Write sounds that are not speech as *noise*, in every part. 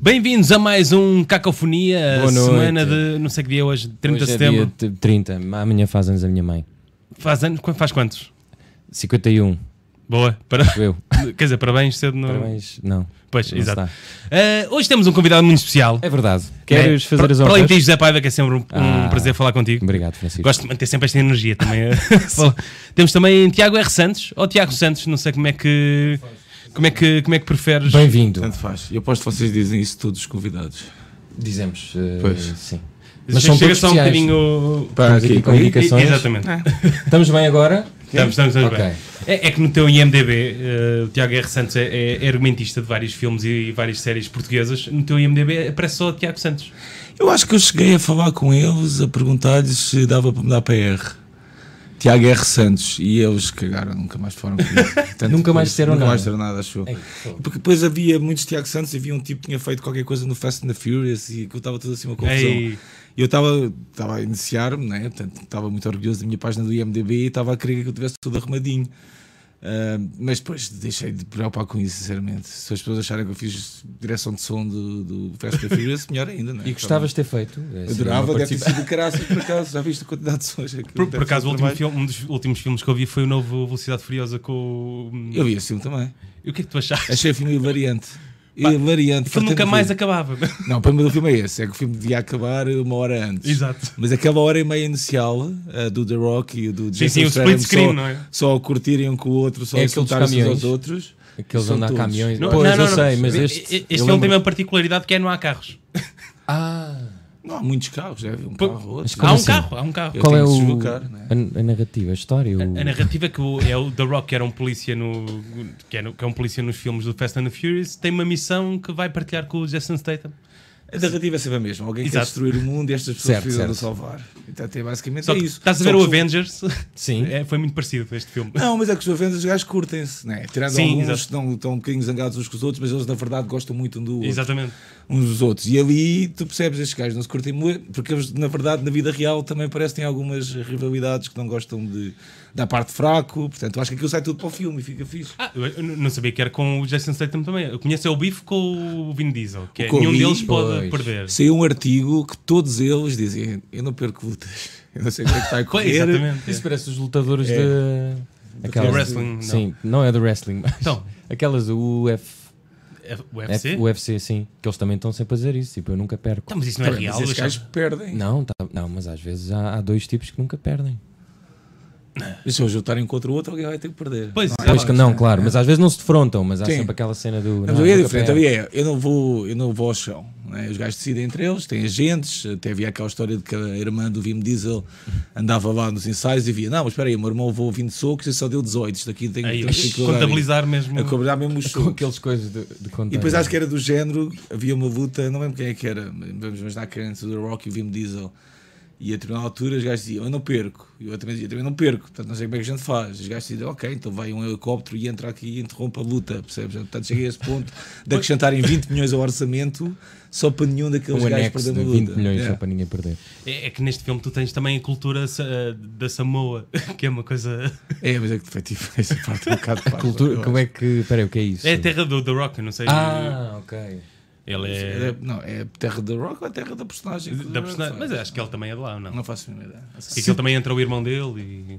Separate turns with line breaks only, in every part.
Bem-vindos a mais um Cacofonia,
Boa
semana
noite.
de não sei que dia é hoje, 30 de
Hoje é
setembro.
dia t- 30, amanhã faz anos a minha mãe.
Faz anos, qu- faz quantos?
51,
Boa, para- *laughs*
eu.
quer dizer, parabéns cedo no.
Parabéns, não.
Pois,
não
Hum. exato.
está.
Eh, hoje temos um convidado muito especial.
É verdade. Queres
Né?
fazer
Para-
as
Para além
honras?
de ti, José Paiva, que é sempre um, um
Ah.
prazer falar contigo.
Obrigado, Francisco.
Gosto de manter sempre esta energia
*laughs*
também. *laughs* Bom, Temos também Tiago R. Santos, ou Tiago Santos, não sei como é que. Como é que, como é que preferes?
Bem-vindo.
Tanto faz. Eu aposto que vocês dizem isso todos os convidados.
Dizemos, eh,
Pois. Ah,
sim.
Mas
Mas são
chega
todos
só um
especiais.
bocadinho.
Pá,
Estamos aqui
aqui.
com indicações.
Exatamente.
Estamos bem agora?
Estamos, estamos, estamos
Ok.
bem. É, é que no teu IMDB, eh, o Tiago R. Santos é, é argumentista de vários filmes e várias séries portuguesas. No teu IMDB aparece só Tiago Santos.
Eu acho que eu cheguei a falar com eles, a perguntar-lhes se dava para mudar para R. Tiago R. Santos. E eles cagaram, nunca mais falaram
*laughs*
comigo. Portanto,
Nunca mais
depois,
disseram
nunca
nada. É
mais disseram nada, acho eu. Porque depois havia muitos Tiago Santos, havia um tipo que tinha feito qualquer coisa no Fast and the Furious e que eu estava toda assim uma confusão.
Ei.
E eu estava estava a iniciar-me, né? Portanto, estava muito orgulhoso da minha página do IMDB e estava a querer que eu tivesse tudo arrumadinho. Ah, mas depois deixei de preocupar com isso, sinceramente. Se as pessoas acharem que eu fiz direção de som do, do Fast and Furious, melhor ainda, não é?
E gostavas de ter feito? Eh, Essa
Adorava,
era uma
deve ter
participa-
sido caraças por acaso, já viste a quantidade de sons aqui.
Por, por acaso, o último filme- um dos últimos filmes que eu vi foi o novo Velocidade Furiosa com o.
Eu vi esse filme também.
E o que é que tu achaste?
Achei o filme hilariante. Hilariante.
Aquilo nunca
fartei-me de
mais
rir.
acabava.
Não, o problema do filme é esse, é que o filme devia acabar uma hora antes.
Exato.
Mas aquela hora e meia inicial eh, do The Rock e do
Sim,
Jason
sim, o
Statham
split screen,
só,
não é?
só a curtirem um com o outro, só
É
a
aquele dos
insultar-se uns
caminhões.
aos outros.
Aqueles
São
andar
todos.
caminhões.
Não,
pois,
não,
eu
não, não.
sei, mas
E-
este.
e- Este
eu
filme tem
lembro-
uma particularidade que é não há carros.
Ah,
Não há muitos carros, é um
Pô,
carro,
mas
outro.
como
há um
assim?
carro, há um carro.
Eu
qual é
tenho que
o.
deslocar, né?
a, a narrativa, a história? o-
A narrativa que o, é o The Rock, que era um polícia no que, é no- que é um polícia nos filmes do Fast and the Furious, tem uma missão que vai partilhar com o Jason Statham.
A narrativa é sempre a mesma. Alguém
um- Exato.
quer destruir o mundo e estas pessoas
Certo,
precisam de
certo.
salvar. Então, é basicamente
Só
é
que
isso.
estás a
Só
ver
que
o
são-
Avengers?
Sim.
É, foi muito parecido este filme.
Não, mas é que os Avengers, os gajos curtem-se, né? Tirando
Sim,
alguns
exato.
que estão, estão um bocadinho zangados uns com os outros, mas eles na verdade gostam muito um do outro.
Exatamente.
uns dos outros. E ali tu percebes estes gajos não se curtem muito, porque eles, na verdade, na vida real também parece que têm algumas rivalidades que não gostam de, da parte fraco. Portanto, eu acho que aquilo sai tudo para o filme e fica fixe.
Ah, eu eu não sabia que era com o Jason Statham também. Eu conheço é o Biff com o Vin Diesel, que é,
O Covid,
nenhum deles pode
pois.
perder.
Saiu um artigo que todos eles dizem: Eu não perco lutas, *laughs* eu não sei como é que está a
Pois,
correr.
exatamente.
Isso
é.
parece os lutadores de.
Do wrestling, não.
Sim, não é do wrestling, mas.
Então,
Aquelas do UF,
é o UFC?
UFC? UFC, sim. Que eles também estão sempre a dizer isso. Tipo, eu nunca perco.
Então, mas isso é- não é
Mas
real.
esses
Alexandre.
gajos perdem.
Não, tá- não, mas às vezes há, há dois tipos que nunca perdem.
E se eles lutarem contra o outro, alguém vai ter que perder.
Pois,
é?
Ah,
Pois que não, claro. Mas às vezes não se defrontam, mas há
Sim.
sempre aquela cena do.
Não,
não,
ali é
nunca
diferente,
perde.
ali é, eu não vou, eu não vou ao chão. né? Os gajos decidem entre eles, têm agentes, até havia aquela história de que a irmã do Vim Diesel andava lá nos ensaios e via, não, mas espera aí, o meu irmão levou 20 socos e só deu 18, isto aqui tem
Aí,
tem que equilibrar
É contabilizar mesmo.
isto." A cobrar mesmo os
Com
socos.
aqueles coisas de, de contar. né?
E depois acho que era do género, havia uma luta, não lembro quem é que era, mas vamos imaginar que era entre o The Rock e o Vim Diesel. E a determinada altura os gajos diziam, eu não perco. E eu também dizia, também não perco. Portanto, não sei como é que a gente faz. Os gajos diziam, ok, então vai um helicóptero e entra aqui e interrompe a luta, percebes? Portanto, cheguei a esse ponto de acrescentarem 20 milhões ao orçamento só para nenhum daqueles
um
gajos
anexo
perder
de
uma
20
luta. É.
milhões
Yeah.
só para ninguém perder.
É, é que neste filme tu tens também a cultura sa- da Samoa, *laughs* que é uma coisa.
É, mas é que efetivo, *laughs* essa parte é um bocado parva,
Cultura,
eu
como é que. Peraí, o que é isso?
É a terra do The Rock, eu não sei.
Ah, ok.
Ele
acho.
é.
É, não, é a terra da Rock ou a terra da personagem? que o
da
The Rock
personagem.
faz?
Mas acho que ele também é de lá, ou não?
Não faço a mínima ideia.
Que aquilo também entra o irmão dele e.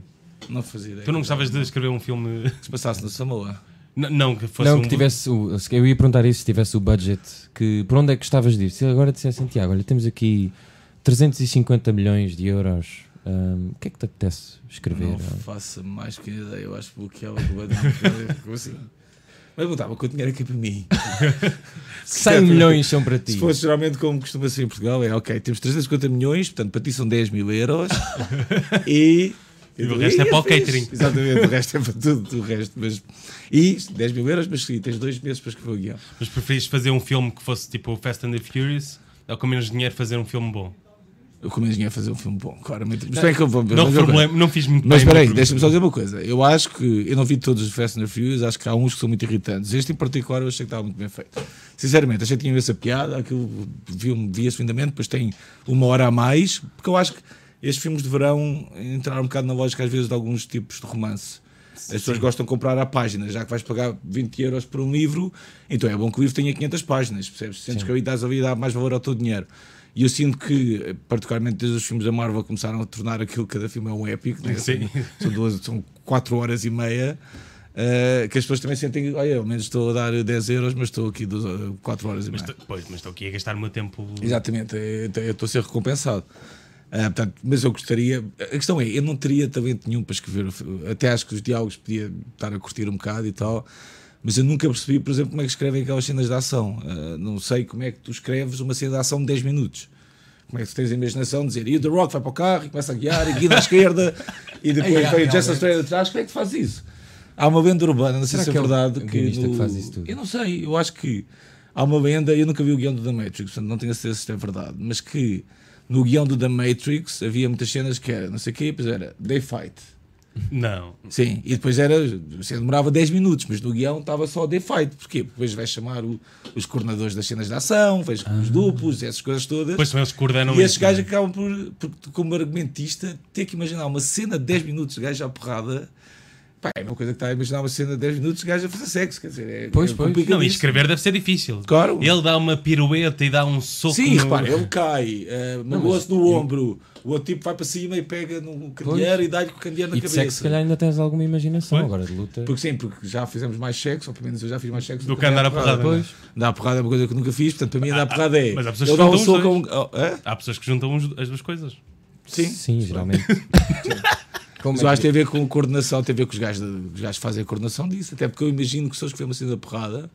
Não fazia ideia.
Tu não gostavas de escrever um filme. *laughs*
Se passasse no Samoa.
N- Não, que fosse
Não,
um.
que tivesse o, eu ia perguntar isso se tivesse o budget, que por onde é que gostavas de ir? Se agora dissesse Santiago, olha, temos aqui 350 milhões de euros, hum, o que é que te apetece escrever?
Não faço mais pequena ideia, eu acho que bloqueava o Badão. Como assim? Mas botava com o dinheiro aqui para *laughs* mim.
100 milhões são para ti.
Se fosse geralmente como costuma ser em Portugal, é ok, temos 350 milhões, portanto para ti são 10 mil euros *laughs* e.
E o resto é para o
fixe.
catering.
Exatamente, o resto é para tudo, o resto. Mas, e 10 mil euros, mas sim, tens dois meses para escrever o guião.
Mas preferias fazer um filme que fosse tipo Fast and the Furious ou com menos dinheiro fazer um filme bom?
Eu como engenheiro ia fazer um filme bom, claramente. Mas bem que eu vou. mas
Não,
eu-
reformulei, não fiz muito
Mas
bem.
espera aí,
não-
deixa-me só dizer uma coisa. Eu acho que eu não vi todos os Fast and the Furious, acho que há uns que são muito irritantes. Este em particular eu achei que estava muito bem feito. Sinceramente, achei que tinha essa piada, aquilo vi, vi esse fundamento, depois tem uma hora a mais, porque eu acho que estes filmes de verão entraram um bocado na lógica às vezes de alguns tipos de romance. As pessoas gostam de comprar à página, já que vais pagar 20 euros por um livro, então é bom que o livro tenha 500 páginas, percebes? Sentes que ali estás ali a dar mais valor ao teu dinheiro. E eu sinto que, eh, particularmente desde os filmes da Marvel, começaram a tornar aquilo cada filme é um épico, né?
Sim.
*laughs* são, duas, são quatro horas e meia. eh, que as pessoas também sentem, olha, ao menos estou a dar 10 euros, mas estou aqui 4 horas e
Mas
meia.
tô- pois, mas estou aqui a gastar o meu tempo.
Exatamente, eu eu estou a ser recompensado. Ah, portanto, mas eu gostaria. A questão é, eu não teria talento nenhum para escrever. o fi- Até acho que os diálogos podia estar a curtir um bocado e tal. Mas eu nunca percebi, por exemplo, como é que escrevem aquelas cenas de ação. Ah, não sei como é que tu escreves uma cena de ação de 10 minutos. Como é que tu tens a imaginação de dizer e o The Rock vai para o carro e começa a guiar e guia à
*laughs*
esquerda e depois
Yeah,
vai o Jason
realmente.
Statham atrás? Como é que tu fazes isso? Há uma lenda urbana, não sei
Será
se é
que é o
verdade, que,
guionista que faz isso tudo?
eu não sei, eu acho que há uma lenda, eu nunca vi o guião do The Matrix, portanto não tenho a certeza se isto é verdade, mas que no guião do The Matrix havia muitas cenas que era não sei o quê, depois era They Fight.
Não.
Sim, e depois era, você demorava 10 minutos, mas no guião estava só They Fight, porquê? Porque depois vais chamar o- os coordenadores das cenas de ação, vais os duplos, essas coisas todas.
Depois são eles que coordenam
E esses
isso, não é?
gajos acabam por, por, tu, como argumentista, ter que imaginar uma cena de 10 minutos de gajo à porrada. Pá, é uma coisa que está a imaginar uma cena de 10 minutos de gajo a fazer sexo. Quer dizer, é,
Pois,
é
pois.
complicadíssimo.
Não, e escrever deve ser difícil.
Claro.
Ele dá uma pirueta e dá um
é
soco.
Sim,
no-
repara, ele cai, uh, magoa-se no ombro, o outro tipo vai para cima e pega no candeeiro e dá-lhe com o candeeiro na
E de
cabeça.
sexo, se calhar, ainda tens alguma imaginação
Pois.
agora de luta.
Porque sim, porque já fizemos mais sexo, ou pelo menos eu já fiz mais
*laughs*
sexo
Do que andar à porrada, Ah,
não é?
não é?
Dar a porrada é uma coisa que eu nunca fiz, portanto para mim andar a porrada é.
mas há pessoas
eu
que
dou um
juntam os
soco a um. oh, hã?
Há pessoas que juntam uns- as duas coisas.
Sim.
Sim,
*laughs*
geralmente. Como
Mas eu acho é que tem a ver com coordenação, tem a ver com os gajos, de- os gajos fazem a coordenação disso. Até porque eu imagino que se eu escrever uma cena da porrada,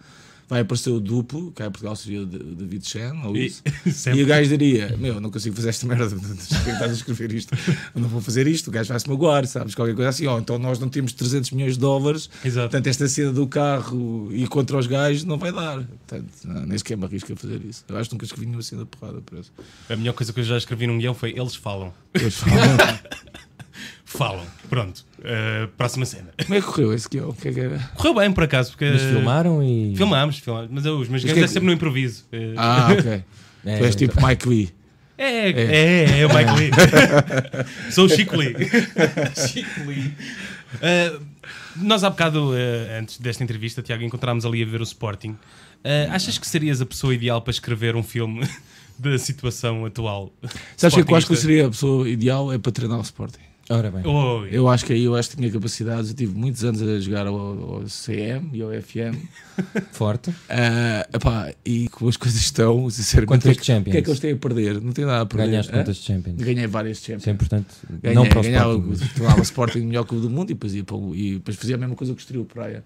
vai aparecer o duplo, cá em Portugal seria o D- o David Chan ou
E,
isso.
*laughs*
E o
sempre.
gajo diria: Meu, não consigo fazer esta merda, *laughs* é estás a escrever isto, eu não vou fazer isto. O gajo vai se magoar, sabes? Qualquer coisa assim, ó, então nós não temos 300 milhões de dólares,
Exato.
portanto, esta cena do carro e contra os gajos não vai dar. Portanto, não, nem sequer me arrisco a fazer isso. Eu acho que nunca escrevi nenhuma cena da porrada, *laughs* parece.
A melhor coisa que eu já escrevi num guião foi eles falam.
Pois fala.
Falam. Pronto. Uh, próxima cena.
Como é que correu esse guião? O que é que era?
Correu bem, por acaso, porque...
Mas filmaram e.
Filmámos, filmámos. Mas eu, os meus
Mas
guiões
que é
é
que-
sempre no improviso. Uh,
Ah, *laughs* ok.
É,
tu és tipo Mike Lee.
É, é, é, é o Mike Lee.
*laughs*
Sou o Chico Lee. Chico Lee. Uh, nós há bocado, uh, antes desta entrevista, Tiago, encontrámos ali a ver o Sporting. Uh, achas que serias a pessoa ideal para escrever um filme *laughs* da situação atual?
Sabes que eu acho que
Sportingista?
eu seria a pessoa ideal é para treinar o Sporting.
Ora bem.
Oi.
Eu acho que aí eu acho que tinha capacidades. Eu tive muitos anos a jogar ao, ao CM e ao FM.
*laughs* Forte.
Ah, epá, e como as coisas estão, sinceramente,
Quantas
o que é que-
Champions?
o que é que eles têm a perder? Não tem nada a perder.
Ganhaste
Hã?
quantas Champions.
É? Ganhei várias Champions.
Isso é importante.
Ganhei,
não para o
ganhava-
Sporting. mas-
tornava o Sporting o melhor clube do mundo e depois, ia para o- e depois fazia a mesma coisa que o Estoril Praia.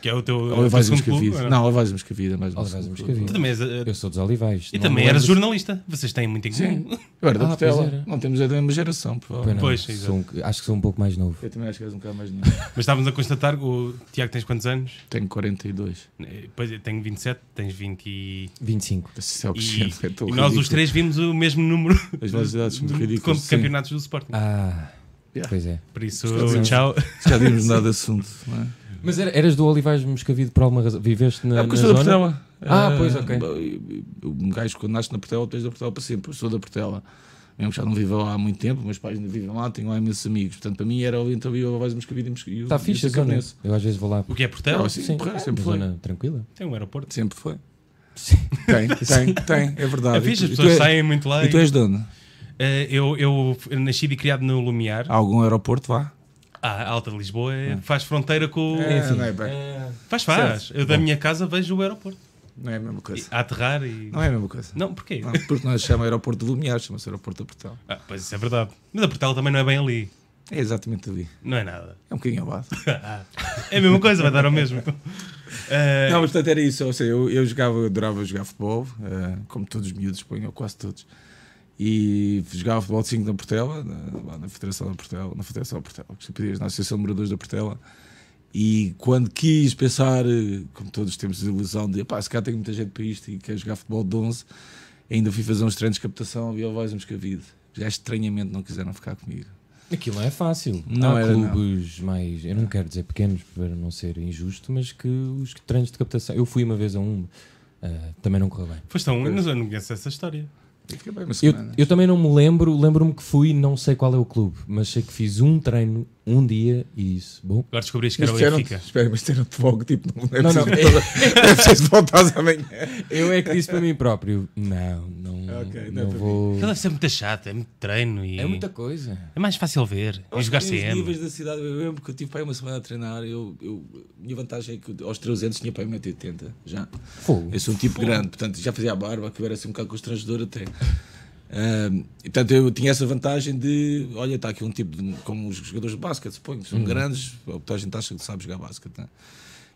Que é o teu,
Ou
o
eu
teu
vais
segundo clube?
Moscavide.
ou
Não, ou vais Moscavide. é mais um
Olivais
segundo
Moscavide.
clube.
Tu também és, uh,
Eu sou dos Olivais.
e
não é?
também
me
eras
lembro-
jornalista. Vocês têm muito em
Sim,
comum.
eu era da
Ah, pois
Portela.
era.
Não temos a mesma geração,
Pois não,
provavelmente.
Pois,
sou um- acho que sou um pouco mais novo.
Eu também acho que és um bocado mais novo.
Mas estávamos a constatar, o Tiago tens quantos anos?
Tenho 42.
Eh, Pois, eu tenho 27, tens 20 e...
25.
Esse é o
E,
crescente, é tão
e nós
ridículo.
os três vimos o mesmo
*laughs*
número
As velocidades são
de- de
ridículas.
campe-
sim.
campeonatos do Sporting.
Ah.
Yeah.
Pois é.
Por isso,
Sim.
tchau.
Se Já vimos nada de assunto. Não é?
Mas era- eras do Olivais Moscavide por alguma razão? Viveste na,
É
na
porque eu sou da
zona?
Portela.
Ah,
Eh,
pois, ok.
Um gajo quando nasce na Portela, tu és da Portela para sempre. Eu sou da Portela. Mesmo que já não vivo lá há muito tempo, meus pais não vivem lá, tenho lá imensos amigos. Portanto, para mim era ali, então vivo a voz dos Moscavidos e
Está Tá fixe a zona. Eu às vezes vou lá.
O que é Portela?
Ah, sim. porra, sempre
uma zona tranquila.
Tem um aeroporto.
Sempre foi.
Sim.
Tem,
*laughs*
tem, tem, é verdade.
É fixe,
E
as
tu-
pessoas
e tu é-
saem muito lá.
E tu és dona?
Eh, eu, eu nasci e criado no Lumiar.
Há algum aeroporto? Vá.
Ah, a Alta de Lisboa é- faz fronteira com. o.
É, não é bem.
Faz, faz. Eu da minha casa vejo o aeroporto.
Não é a mesma coisa.
A aterrar e.
Não é a mesma coisa.
Não, porquê?
Não, porque nós chamamos aeroporto de Lumiar, chama-se aeroporto da Portela.
Ah, pois isso é verdade. Mas a Portela também não é bem ali.
É exatamente ali.
Não é nada.
É um bocadinho abaixo.
É a mesma coisa, vai dar ao mesmo.
É.
Eh,
Não, mas portanto era isso. Ou seja, eu, eu jogava, eu adorava jogar futebol, eh, como todos os miúdos, ponho, ou quase todos. E jogava futebol de 5 na Portela, na, lá na Federação da Portela, na Federação da Portela, que se pedias, na Associação de Moradores da Portela. E quando quis pensar, eh, como todos temos a ilusão de, pá, se cá tem muita gente para isto e quer jogar futebol de 11, ainda fui fazer uns treinos de captação, havia o Voz Moscavide. Já estranhamente não quiseram ficar comigo.
Aquilo não é fácil.
Não
Há
era, não.
clubes mais, eu não quero dizer pequenos para não ser injusto, mas que os treinos de captação. Eu fui uma vez a um, ah, também não correu bem.
então, Foste a um, mas eu não conheço essa história.
Fica bem uma
Eu,
semana.
eu também não me lembro, lembro-me que fui, não sei qual é o clube, mas sei que fiz um treino, um dia e isso.
*laughs*
Bom,
Agora descobriste que
Mas
era o Benfica.
disseram-te- Espera, mas disseram-te logo, tipo, não é
Não,
preciso,
não.
voltar- *laughs* não é preciso voltares amanhã.
eu é que disse para mim próprio: não, não,
Ok, não é
não
para
vou.
Aquilo deve ser muito chato, é muito treino e.
É muita coisa.
é mais fácil ver e jogar
Os níveis
CM.
da cidade, eu lembro que eu tive para aí uma semana a treinar, eu, eu, a minha vantagem é que eu, aos 300 tinha para aí 1,80m já.
Fogo.
Eu sou um tipo grande, portanto já fazia a barba, que eu era assim um bocado constrangedor até. Ahm, e, portanto eu tinha essa vantagem de, olha, está aqui um tipo, de, como os jogadores de basquete, suponho, são grandes, ou toda a gente acha que sabe jogar basquete, não é?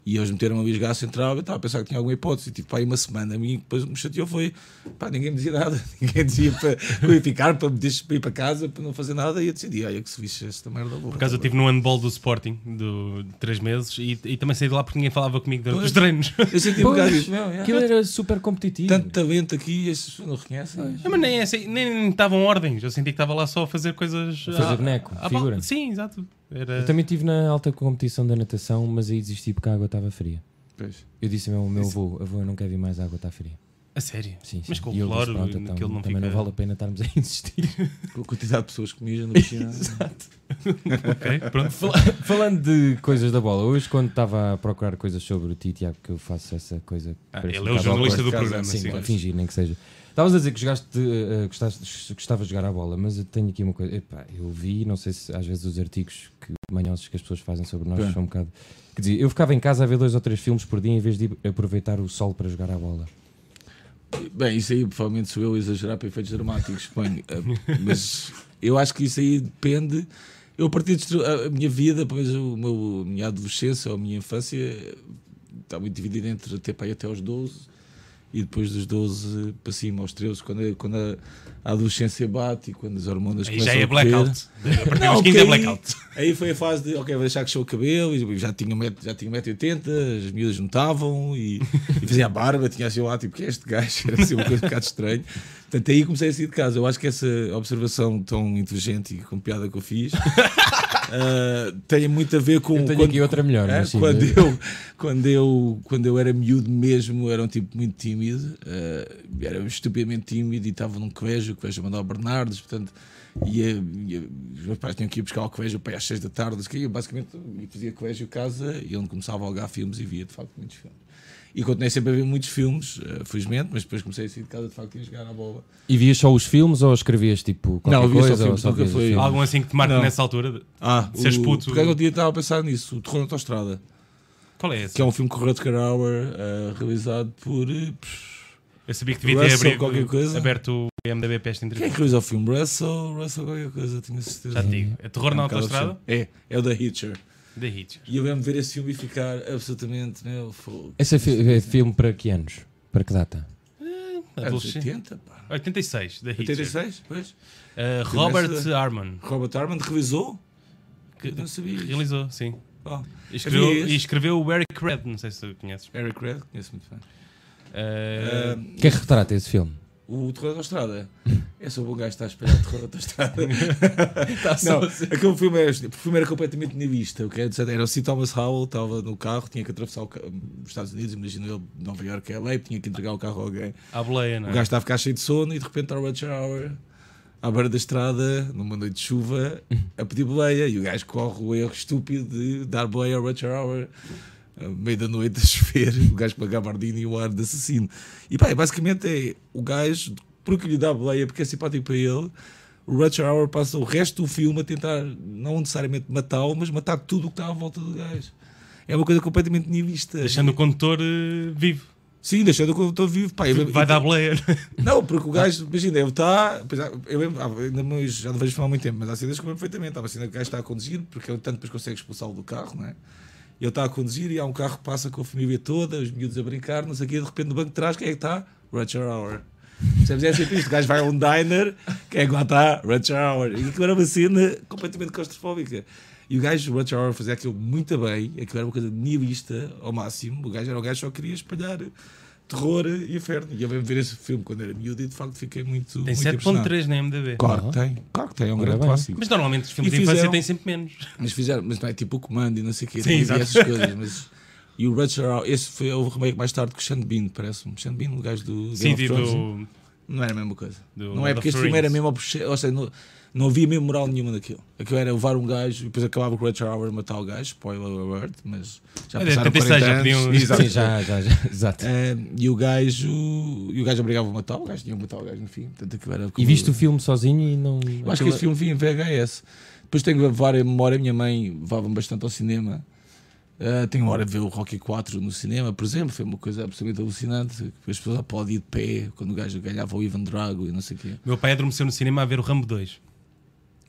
E eles meteram a jogar central, eu estava a pensar que tinha alguma hipótese, tipo, pá, aí uma semana, a mim depois o que me chateou foi, pá, ninguém me dizia nada, *laughs* ninguém dizia para que eu ia ficar, para me deixar para ir para casa, para não fazer nada, e eu decidi, olha, que se fixe esta merda boa.
Por acaso eu estive no handball do Sporting do, de 3 meses e, e também saí de lá porque ninguém falava comigo durante os treinos. *laughs*
Eu senti um
Pois,
bocado isso, meu, yeah.
aquilo era super competitivo.
tanto talento aqui, as pessoas não reconhecem.
Não, mas nem, essa- nem, nem estavam ordens, eu senti que estava lá só a fazer coisas.
Fazer boneco,
à
figura.
bola. Sim, exato. Era...
Eu também estive na alta competição da natação, mas aí desisti porque a água estava fria.
Pois.
Eu disse mesmo ao meu avô, avô, eu não quero vir mais, a água está fria.
A sério.
Sim, sim.
Mas com
E ele
o
disse,
cloro,
pronto,
aquilo
então,
não
também
fica.
não vale a pena estarmos a insistir. *laughs*
Com a quantidade de pessoas que mijam
*laughs*
na piscina.
Ok, pronto. é
Falando de coisas da bola, hoje quando estava a procurar coisas sobre o ti, Tiago, que eu faço essa coisa... que
Ah,
parece
ele é
um
o
bocado
jornalista
awkward.
do
Casa,
programa,
Sim,
sim.
a fingir, nem que seja. Estavas a dizer que jogaste, eh, gostaste, gostavas de jogar à bola, mas eu tenho aqui uma coisa. Epá, eu vi, não sei se às vezes os artigos que, manhosos que as pessoas fazem sobre nós
Bem.
são um bocado. Que dizia, eu ficava em casa a ver dois ou três filmes por dia em vez de ir aproveitar o sol para jogar à bola.
Bem, isso aí provavelmente sou eu a exagerar para efeitos dramáticos, suponho. Ah, Mas eu acho que isso aí depende. Eu, a partir de estru- a a minha vida, pelo menos o meu- a minha adolescência ou a minha infância, está muito dividida entre até, para aí até aos 12 e depois dos 12 para cima, aos 13, quando, a- quando a, a adolescência bate e quando as hormonas
Aí
começam
já é
a correr. Ah,
blackout. A partir
Não,
dos 15
porque
é
aí-
blackout.
Aí foi a fase de, ok, vou deixar crescer o cabelo, e já tinha 1,80m, já tinha 1,80m, as miúdas notavam e, e fazia a barba, tinha assim lá, tipo, que é este gajo? *laughs* Era assim uma coisa um bocado estranha. Portanto, aí comecei a sair de casa. Eu acho que essa observação tão inteligente e com piada que eu fiz *laughs* ah, tem muito a ver com
Eu tenho
quando-
aqui outra melhor,
é,
mas sim, né?
quando,
eu-
eu, quando, eu, quando eu era miúdo mesmo, era um tipo muito tímido, eh, era estupidamente tímido e estava num colégio, o colégio mandava Bernardes, portanto, ia, ia- os meus pais tinham que ir buscar o colégio para aí às 6 da tarde, que eu basicamente eu fazia colégio casa e onde começava a alugar filmes e via de facto muitos filmes. E continuei sempre a ver muitos filmes, eh, felizmente, mas depois comecei a sair de casa de facto e a jogar à bola.
E vias só os filmes ou escrevias tipo qualquer
Não, eu via só
coisa? ou
filmes,
só
nunca
vias os
fui-
filmes?
Algum assim que te marca
Não.
nessa altura?
Ah,
Seres
o,
puto.
Porque é que eu tinha- estava a pensar nisso, o Terror na Autostrada.
Qual é esse?
que é um filme com o Rutger Hauer, eh, realizado por. eh,
Eu sabia que devia ter
Russell,
abri-
qualquer coisa?
aberto o MDB para esta
Quem é que
entrevista.
realizou o filme? Russell, Russell qualquer coisa, tenho a certeza.
Já te digo. É terror na
É um bocado
autostrada?
absurdo. É, é o da Hitcher.
The Hit.
E eu lembro de ver esse filme e ficar absolutamente, meu, fogo.
assim,
Esse é, fi- é filme para que anos? Para que data?
Anos
é Adolescente.
80, pá.
86, The Hit.
86, pois.
Robert Arman,
Robert Armand revisou?
que
Eu não sabia. isto.
realizou, sim.
Oh,
E escreveu,
este.
e escreveu o Eric Red, não sei se tu conheces.
Eric Red, conheço muito bem.
Eh,
Ah,
Quem retrata esse filme?
o Terror da Autostrada. É sobre o gajo que está a esperar o Terror
*laughs*
da Autostrada.
Tá
não, aquele filme era, o filme era completamente nihilista. ok? Era o C. Thomas Howell, estava no carro, tinha que atravessar o ca- os Estados Unidos, imagino eu, Nova York, LA, tinha que entregar o carro a alguém.
à boleia,
O
não é?
gajo está a ficar cheio de sono e de repente está o Roger Hour à beira da estrada, numa noite de chuva,
*laughs*
a pedir boleia. E o gajo corre o erro estúpido de dar boleia ao Roger Hour à meia da noite a chover. *laughs* O gajo com a gabardina e o ar de assassino. E pá, basicamente é o gajo, porque lhe dá boleia, porque é simpático para ele. O Roger Hour passa o resto do filme a tentar, não necessariamente matá-lo, mas matar tudo o que está à volta do gajo. É uma coisa completamente nihilista.
Deixando o condutor eh, vivo.
Sim, deixando que eu estou vivo. Pá, e-
Vai
e-
dar à
*laughs*
boleia.
não, porque o gajo, imagina, ele está. pois há- Eu lembro, há- ainda me- já não vejo falar há muito tempo, mas há cenas que eu lembro perfeitamente. Há uma cena que o gajo está a conduzir, porque ele tanto depois consegue expulsá-lo do carro, não é? Ele está a conduzir e há um carro que passa com a família toda, os miúdos a brincar, não sei o quê, de repente no banco de trás, quem é que está? Roger Hour. Percebes? É sempre isto. O gajo vai a um diner, quem é que lá está? Roger Hour. E aquilo era uma cena completamente claustrofóbica. E o gajo, o Roger Hour, fazia aquilo muito bem, aquilo era uma coisa nihilista ao máximo. O gajo era um gajo que só queria espalhar terror e inferno. E eu lembro de ver esse filme quando era miúdo e de facto fiquei muito.
Tem
muito
7.3 na MDB.
impressionado. Claro que tem, claro que tem, é um
Ora
grande
bem.
clássico.
Mas normalmente os filmes
E
de infância
fizeram-
têm sempre menos.
Mas fizeram, mas não é tipo o comando e não sei o quê,
Sim,
não havia
exato.
essas coisas, mas. E o Roger Hour, esse foi o remake mais tarde com o Sean Bean, parece-me. Sean Bean, o gajo do. Game
Sim,
of
tipo,
Thrones,
do,
Não era a mesma coisa.
Do
não
Lord
é
of
porque este
the
filme era
Rings.
mesmo. ao puxe- Ou seja, não, não havia mesmo moral nenhuma naquilo. Aquilo era levar um gajo e depois acabava com o Rachel Howard matar o gajo. Spoiler alert, mas já
É,
passaram
86,
40
já
anos.
podiam-
Exato.
Sim, já, já, já. *laughs* Exato.
Eh, e o gajo. E o gajo obrigava a matar. O gajo tinha que matar o gajo no fim. Portanto, aquilo era
E
como-
viste o filme sozinho e não.
eu acho que esse filme vi em VHS. Depois tenho várias memória. A minha mãe levava-me bastante ao cinema. Ah, tenho uma hora de ver o Rocky 4 no cinema, por exemplo. Foi uma coisa absolutamente alucinante. que As pessoas aplaudiam de pé quando o gajo ganhava o Ivan Drago e não sei o quê.
Meu pai adormeceu no cinema a ver o Rambo 2.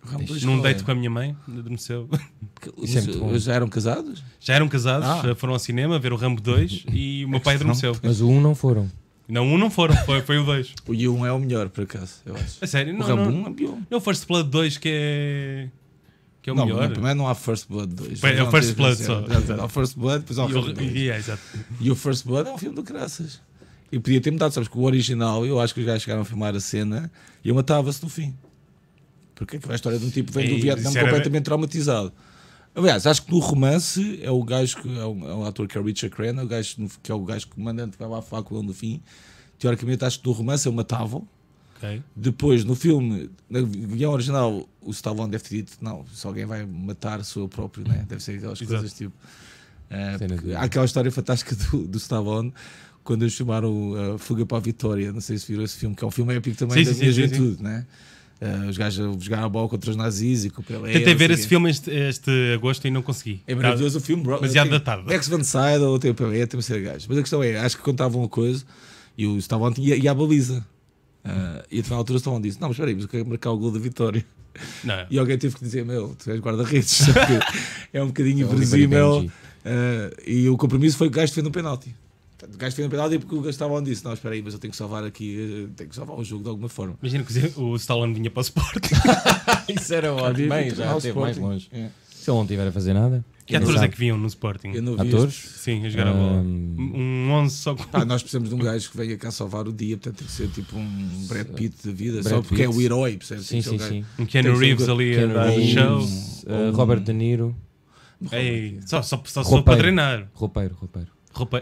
O Rambo dois
Num
qual é?
deito com a minha mãe, adormeceu.
Porque
Isso é
os-
muito bom.
eles já eram casados?
Já eram casados,
Ah.
foram ao cinema ver o Rambo 2 e o meu pai adormeceu.
Mas o 1 não foram.
Não, um não foram, foi, foi o 2.
O e um é o melhor, por acaso, eu acho.
A sério,
o
não, não,
Rambo 1 é o pior.
não First Blood 2 que é. que é o
não,
melhor.
não, primeiro não há First Blood 2.
É o First Blood só.
Há o First Blood, depois há o
E
Rambo
o-
2.
e- é, exato.
E o First Blood é um filme do graças. E podia ter mudado, sabes que o original, eu acho que os gajos chegaram a filmar a cena e eu matava-se no fim. Porque é que a história de um tipo que vem
E
do Vietnã
isso era-
completamente traumatizado. Aliás, acho que no romance é o gajo que é um, é um ator que é o Richard Crenna, o gajo, no- que é o gajo que o comandante vai lá falar com ele no fim. Teoricamente, acho que no romance eu matava
Ok.
depois, no filme, na guião original, o Stallone deve ter dito: não, se alguém vai matar, sou eu próprio, né? deve ser aquelas
Exato.
coisas tipo. eh,
Cena
porque
do-
há aquela história fantástica do, do Stallone quando eles filmaram a Fuga para a Vitória. Não sei se viram esse filme, que é um filme épico também
Sim,
da
sim,
minha
sim, sim,
juventude, né? Eh, os gajos a jogar a bola contra os nazis e com o Pelé.
Tentei
não
ver
sei
esse
quê.
filme este, este agosto e não consegui.
É maravilhoso o filme, bro.
Mas já
Tem
datado.
Ex Van Sydow, tem o Pelé, tem o ser gajo. Mas a questão é, acho que contavam uma coisa e o Stallone tinha e a baliza. Ah, e até na altura o Stallone disse: Não, mas espera aí, mas eu quero marcar o gol
*laughs*
da vitória.
Não.
E alguém teve que dizer: Meu, tu és guarda-redes, *laughs* sabe que é um
É
bocadinho
o Oliver
invisível.
Benji.
e o compromisso foi que o gajo fez um penalti. Portanto, O gajo fez um penalti porque o gajo Stallone disse: Não, espera aí, mas eu tenho que salvar aqui, eh, tenho que salvar o jogo de alguma forma.
Imagina que o Stallone vinha para o Sport.
Isso era
ótimo.
Bem, já
Ao
esteve mais
Sporting.
longe.
É.
Se ele não estiver a fazer nada.
Que atores é que vinham no Sporting?
Eu não vi este-
Atores?
Sim, a jogar a bola.
Ahm.
Um 11 só com.
Pá, nós precisamos de um gajo que venha cá salvar o dia, portanto tem que ser tipo um Brad Pitt da vida,
Brad
só
Pitt.
porque é o herói, percebes? Tem
Sim,
que ser
sim,
um
sim.
gajo-
Um
Tem
Keanu
que
Reeves
ser um
ali
Keanu
a dar
Reeves,
show.
eh, Robert De Niro,
Ei, só, só, só sou
Roupeiro.
para treinar.
roupeiro, roupeiro.
Roupa...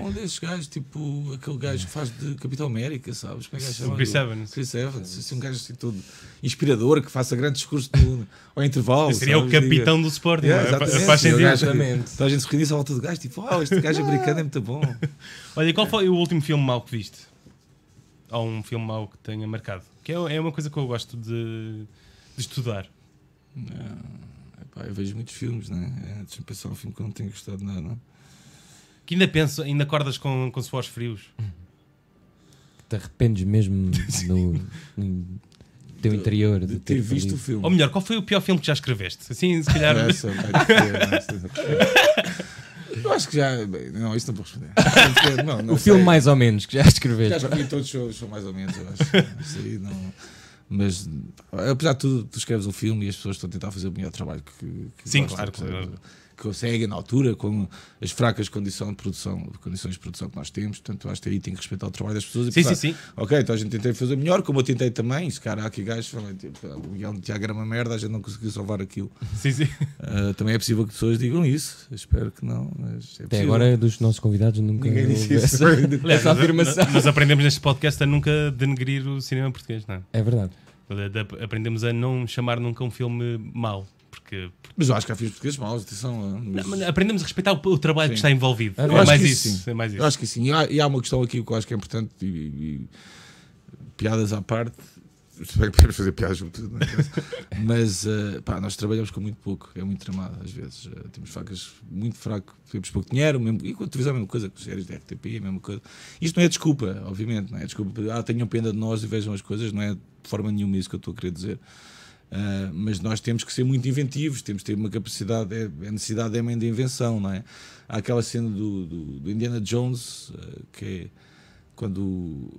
Um desses gajos, tipo aquele gajo que faz de Capitão América, sabes? Como é que é chamado?
Chris Evans.
Chris Evans, assim, um gajo assim todo inspirador que faça grande discurso no, ao intervalo.
Seria o
Oh, sabes? Diga-
capitão do Sporting. não
Yeah,
é?
exatamente.
Faz
Sim, o
sentido.
gajo que- Toda a gente se reuniu à volta do gajo, tipo, oh, este gajo americano é muito
*laughs*
bom.
Olha, qual foi o último filme mau que viste? Ou um filme mau que tenha marcado? Que é, é uma coisa que eu gosto de, de estudar.
Epá, eu vejo muitos filmes, né? É, Deixa-me pensar um filme que eu não tenho gostado nada. não.
Que ainda penso, ainda acordas com, com suores frios.
Te arrependes mesmo no, no teu interior
De ter visto o
falido.
filme.
Ou melhor, qual foi o pior filme que já escreveste? Assim, se calhar. *laughs*
Essa é vai ter. Eu acho que já. bem, Não, isso não vou responder. Porque, Não, não
o
sei.
filme mais ou menos que já *laughs*
Já
escreveste.
escrevi todos, são, são mais ou menos, eu acho. Isso aí não. Mas, apesar de tudo, tu escreves um filme e as pessoas estão a tentar fazer o melhor trabalho que, que
Sim,
gostam,
claro, claro.
Que conseguem na altura, com as fracas condições de produção, condições de produção que nós temos. Portanto, eu acho que aí tem que respeitar o trabalho das pessoas. e
Sim,
pensar,
sim, sim.
Ok, então a gente tentei fazer melhor, como eu tentei também. Se cara, há aqui gajos, falam, tipo, "Ah, o guião do Tiago era uma merda, a gente não conseguiu salvar aquilo.
Sim, sim.
Uh, também é possível que pessoas digam isso. Eu espero que não, mas é
Até
possível.
agora, dos nossos convidados, nunca
ninguém
houve
disse isso.
essa-
Aliás,
essa
nós-
afirmação.
Nós aprendemos neste podcast a nunca denegrir o cinema português, não é?
É verdade.
De- de- Aprendemos a não chamar nunca um filme mau. Porque
*laughs* mas eu acho que há filmes portugueses maus, atenção. uh, Mas...
Não, mas é aprendemos a respeitar o, o trabalho
Sim.
que está envolvido.
Eu
é,
acho
mais
que
isso,
sim.
é mais
Eu
isso.
acho que sim. E há, e há uma questão aqui que eu acho que é importante e, e- e piadas à parte. Se bem que podemos fazer piadas sobre tudo, não é? mas uh, pá, nós trabalhamos com muito pouco, é muito tramado às vezes. Uh, temos facas muito fraco, temos pouco dinheiro, mesmo, e com a televisão é a mesma coisa, com as séries da RTP é a mesma coisa. Isto não é desculpa, obviamente, não é desculpa, para, ah, tenham pena de nós e vejam as coisas, não é de forma nenhuma isso que eu estou a querer dizer. Uh, mas nós temos que ser muito inventivos, temos que ter uma capacidade, é, a necessidade é mãe de invenção, não é? Há aquela cena do, do- do Indiana Jones, uh, que é quando.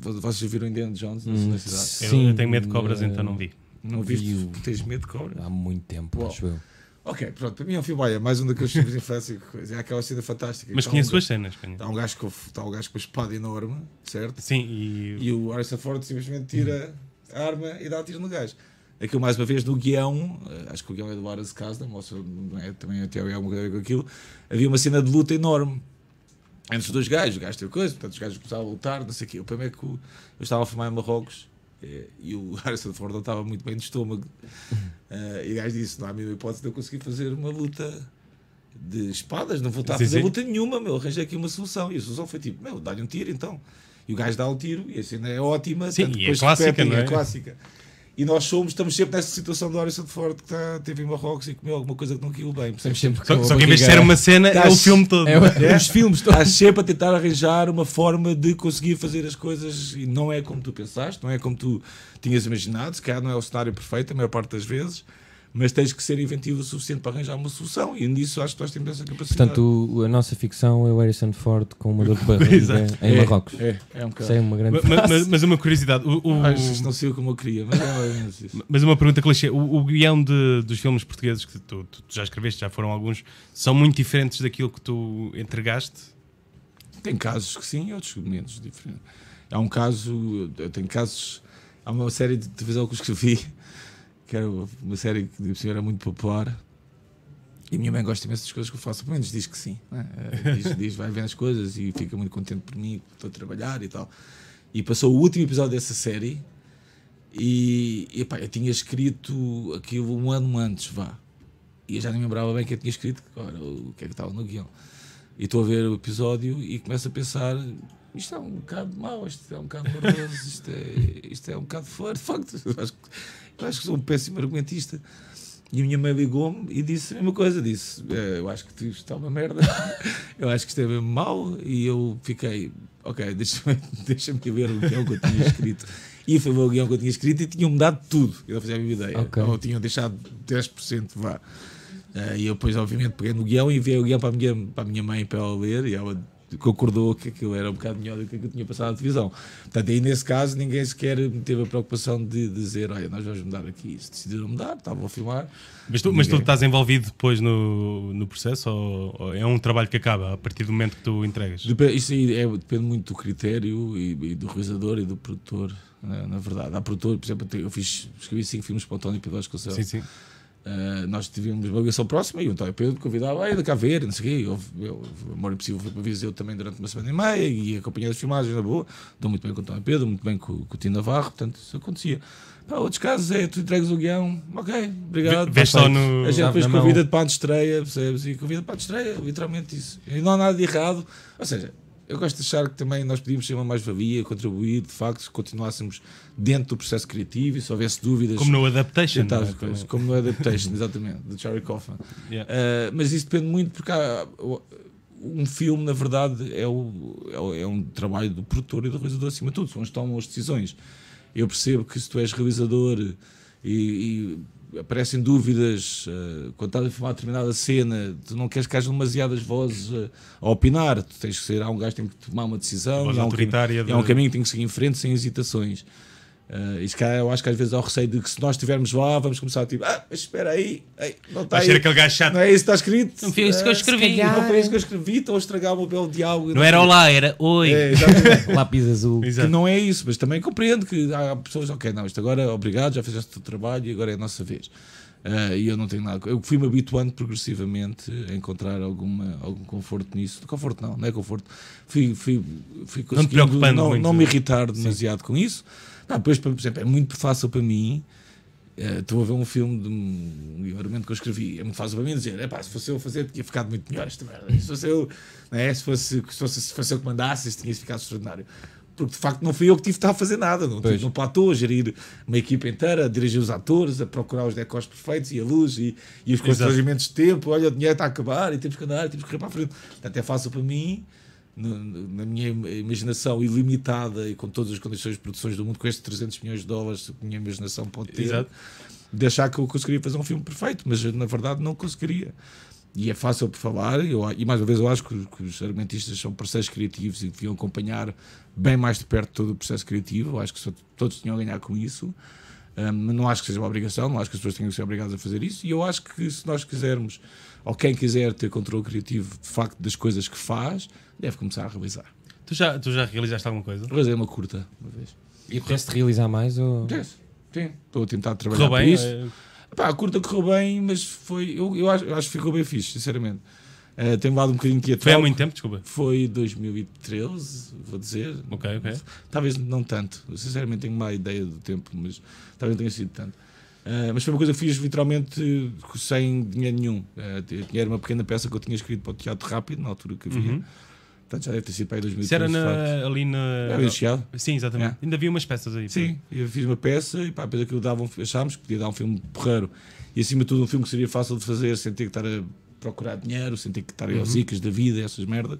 vo- Vocês viram Indiana Jones na cidade?
Eu- eu tenho medo de cobras, então não vi.
Não viste?
Hum, vi o-
Tens medo de cobra?
Há muito tempo,
Uau.
acho eu.
Ok, pronto, para mim é um filme, olha, mais um daqueles filmes de infância, que coisa. É aquela cena fantástica.
Mas
Tá
conheço
um,
as cenas, conheço.
Está um, gajo com, tá um gajo com a espada enorme, certo?
Sim, e.
E o Harrison Ford simplesmente tira a arma e dá um tiro no gajo. Aquilo, mais uma vez, no guião, eh, acho que o guião é do Aras é Kasdan, ou se não é, também até há alguma coisa a ver com aquilo, havia uma cena de luta enorme. Antes dos gajos, o gajo teve coisa, portanto os gajos começavam a lutar, não sei o quê. O problema é que o- eu estava a filmar em Marrocos eh, e o *laughs* Harrison Ford não estava muito bem de estômago. Eh, e o gajo disse: Não há a mínima hipótese de eu conseguir fazer uma luta de espadas, não vou estar a
Sim,
fazer
sim.
luta nenhuma, meu. Arranjei aqui uma solução. E a solução foi tipo: Meu, dá-lhe um tiro então. E o gajo dá o tiro e a cena é ótima.
Sim,
tanto
e é
depois
clássica,
repetem,
não é?
É clássica. E nós somos, estamos sempre nessa situação do Harrison Ford que está, teve em Marrocos e comeu alguma coisa que não caiu bem. percebes?
Estamos sempre
Só,
com a
só que em vez de
barriga-
ser uma cena, é o
Estás-
filme todo.
É, o- os filmes todos.
Estás sempre a tentar arranjar uma forma de conseguir fazer as coisas e não é como tu pensaste, não é como tu tinhas imaginado, se calhar não é o cenário perfeito a maior parte das vezes, mas tens que ser inventivo o suficiente para arranjar uma solução e nisso acho que nós temos essa capacidade.
Portanto, o- a nossa ficção é o Harrison Ford com uma dor de barriga
Exato.
em Marrocos.
é, é
Isso é
um bocado.
uma grande.
*laughs* Ma- ma- ma- mas, uma curiosidade, o- o-
Acho que não sei como eu queria, mas é mais ou menos isso.
mas uma pergunta clichê: o, o guião de- dos filmes portugueses que tu, tu- tu já escreveste, já foram alguns, são muito diferentes daquilo que tu entregaste?
Tem casos que sim, outros menos diferentes. Há um caso, eu tenho casos, há uma série de televisão que eu escrevi, que era uma série que de por cima, era muito popular. E a minha mãe gosta imenso das coisas que eu faço, pelo menos diz que sim. né? Eh, Diz, diz, vai vendo as coisas e fica muito contente por mim, que estou a trabalhar e tal. E passou o último episódio dessa série e, e, pá, eu tinha escrito aquilo um ano antes, vá. E eu já nem me lembrava bem o que eu tinha escrito, ora, o que é que estava no guião. E estou a ver o episódio e começo a pensar: isto é um bocado mau, isto é um bocado mordoso, isto é, isto é um bocado fora. De facto, eu acho, que- eu acho que sou um péssimo argumentista. E a minha mãe ligou-me e disse a mesma coisa: disse, "Eh, eu acho que tu- isto está uma merda, *laughs* eu acho que isto é mesmo mau. E eu fiquei: ok, deixa-me *laughs* deixa ver o guião que eu tinha escrito. E foi o guião que eu tinha escrito e tinham mudado tudo, eu não fazia a minha ideia.
Ok.
Ou tinham deixado 10% vá. Eh, e eu depois, obviamente, peguei no guião e enviei o guião para a minha, para a minha mãe para ela ler e ela concordou que aquilo era um bocado melhor do que aquilo que eu tinha passado na televisão. Portanto, aí nesse caso, ninguém sequer teve a preocupação de dizer: olha, nós vamos mudar aqui. Se decidiram mudar, estavam a filmar.
Mas tu, mas tu
Ninguém.
estás envolvido depois no, no processo ou, ou é um trabalho que acaba a partir do momento que tu entregas?
Depe- isso aí é- depende muito do critério e, e do realizador e do produtor, na, na verdade. Há produtor, por exemplo, eu te- eu fiz, escrevi cinco filmes para o António Pedro Vasconcelos.
Sim, sim.
Uh, nós tivemos uma ligação próxima e o António Pedro me convidava a ir cá ver, não sei o quê. Houve- eu- O Amor Impossível foi para Viseu também durante uma semana e meia e acompanhei as filmagens na boa. Dou muito bem com o António Pedro, muito bem com, com o Tim Navarro, portanto isso acontecia. Pá, outros casos é tu entregas o guião, ok, obrigado.
Vês
tá
só
feito.
no-
A gente
Sabe
depois
na mão.
convida-te para a estreia, percebes? E convida para a estreia, literalmente isso. E não há nada de errado. Ou seja, eu gosto de achar que também nós podíamos ser uma mais-valia, contribuir, de facto, se continuássemos dentro do processo criativo e se houvesse dúvidas
Como no Adaptation.
Tentar
não é?
as coisas, como no
*laughs*
Adaptation, exatamente, do Charlie Kaufman.
Yeah.
Uh, mas isso depende muito, porque há, o- um filme, na verdade, é, o, é, o- é um trabalho do produtor e do realizador acima de tudo, são onde tomam as decisões. Eu percebo que se tu és realizador e, e aparecem dúvidas uh, quando estás a filmar determinada cena, tu não queres que haja demasiadas vozes uh, a opinar, tu tens que ser, há um gajo que tem que tomar uma decisão,
Voz
e há um
autoritária
caminho-
de-
é um caminho que tem que seguir em frente sem hesitações. Uh, e se calhar eu acho que às vezes há o receio de que se nós estivermos lá, vamos começar tipo, ah, mas espera aí, ei, não está
Vai
aí.
ser aquele gajo chato.
Não é isso que está escrito. Não
foi isso que eu escrevi.
Não foi isso que eu escrevi, estão a estragar o meu belo diálogo.
Não era olá, era oi.
É, exatamente.
Lápis azul.
Exato.
que não é isso, mas também compreendo que há pessoas, ok, não, isto agora, obrigado, já fizeste o teu trabalho e agora é a nossa vez. Ah, e eu não tenho nada. Eu fui-me habituando progressivamente a encontrar alguma, algum conforto nisso. Conforto não, não é conforto. Fui, fui, fui conseguindo
preocupando
não,
muito.
não me irritar demasiado com isso. Pá, depois, por exemplo, é muito fácil para mim eh, Estou a ver um filme de um argumento que eu escrevi. É muito fácil para mim dizer: "Epá, se fosse eu a fazer, tinha ficado muito melhor esta merda. Se fosse eu, né, se, fosse, se, fosse, se fosse eu que mandasse, isto tinha ficado extraordinário. Porque de facto não fui eu que tive de estar a fazer nada. Não tive
Pois.
no platô a gerir uma equipa inteira, a dirigir os atores, a procurar os decors perfeitos e a luz e, e os constrangimentos de tempo. Olha, o dinheiro está a acabar e temos que andar, e temos que correr para a frente. Portanto, é fácil para mim no- no- na minha im- imaginação ilimitada e com todas as condições de produções do mundo, com estes 300 milhões de dólares que a minha imaginação pode ter,
Exato.
de achar que eu conseguiria fazer um filme perfeito, mas na verdade não conseguiria. E é fácil por falar, eu, a- e mais uma vez eu acho que, os- que os argumentistas são processos criativos e deviam acompanhar bem mais de perto todo o processo criativo, eu acho que só- todos tinham a ganhar com isso. Hum, não acho que seja uma obrigação, não acho que as pessoas tenham que ser obrigadas a fazer isso. E eu acho que se nós quisermos, ou quem quiser ter controle criativo de facto das coisas que faz, deve começar a realizar.
Tu, já, tu já realizaste alguma coisa?
Realizei uma curta, uma vez.
E pudeste realizar mais? Ou...
Yes. Sim, estou a tentar trabalhar
Correu
para
bem?
isso.
Eh,
Pá, a curta correu bem, mas foi. Eu, eu, acho, eu acho que ficou bem fixe, sinceramente. Eh, tenho dado um bocadinho que ia
Foi há
tal.
muito tempo, desculpa.
Foi 2013, vou dizer.
Ok, ok.
Talvez não tanto. Eu, Sinceramente tenho má ideia do tempo, mas talvez não tenha sido tanto. Ah, mas foi uma coisa que fiz literalmente sem dinheiro nenhum. Ah, eu tinha- era uma pequena peça que eu tinha escrito para o Teatro Rápido, na altura que havia. Portanto, já deve ter sido para aí 2013.
Uhum. Isso era
de facto. É,
na, ali na.
Era no Chiado.
Sim, exatamente.
É.
Ainda havia umas peças aí.
Sim, eu fiz uma peça e pá, depois aquilo dava um, achámos que podia dar um filme porreiro e acima de tudo um filme que seria fácil de fazer sem ter que estar a procurar dinheiro, sem ter que estar aos zicas da vida, essas merdas.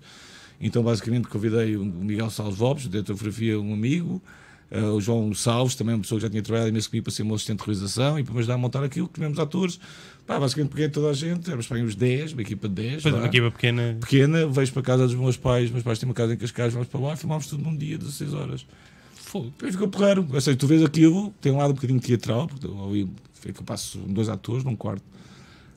Então basicamente convidei o Miguel Salves Lopes, da fotografia, um amigo, eh, o João Salves, também uma pessoa que já tinha trabalhado imenso comigo para ser meu assistente de realização e para me ajudar a montar aquilo, que tivemos atores. Pá, basicamente peguei toda a gente, éramos para aí uns 10, uma equipa de 10.
Depois
vá
uma equipa
*laughs*
pequena.
pequena, vejo para casa dos meus pais, meus pais têm uma casa em Cascais, vamos para lá, filmámos tudo num dia, 16 horas. Fogo. Depois ficou porreiro. Ou seja, tu vês aquilo, tem um lado um bocadinho teatral, porque eu, ali é que eu passo dois atores num quarto.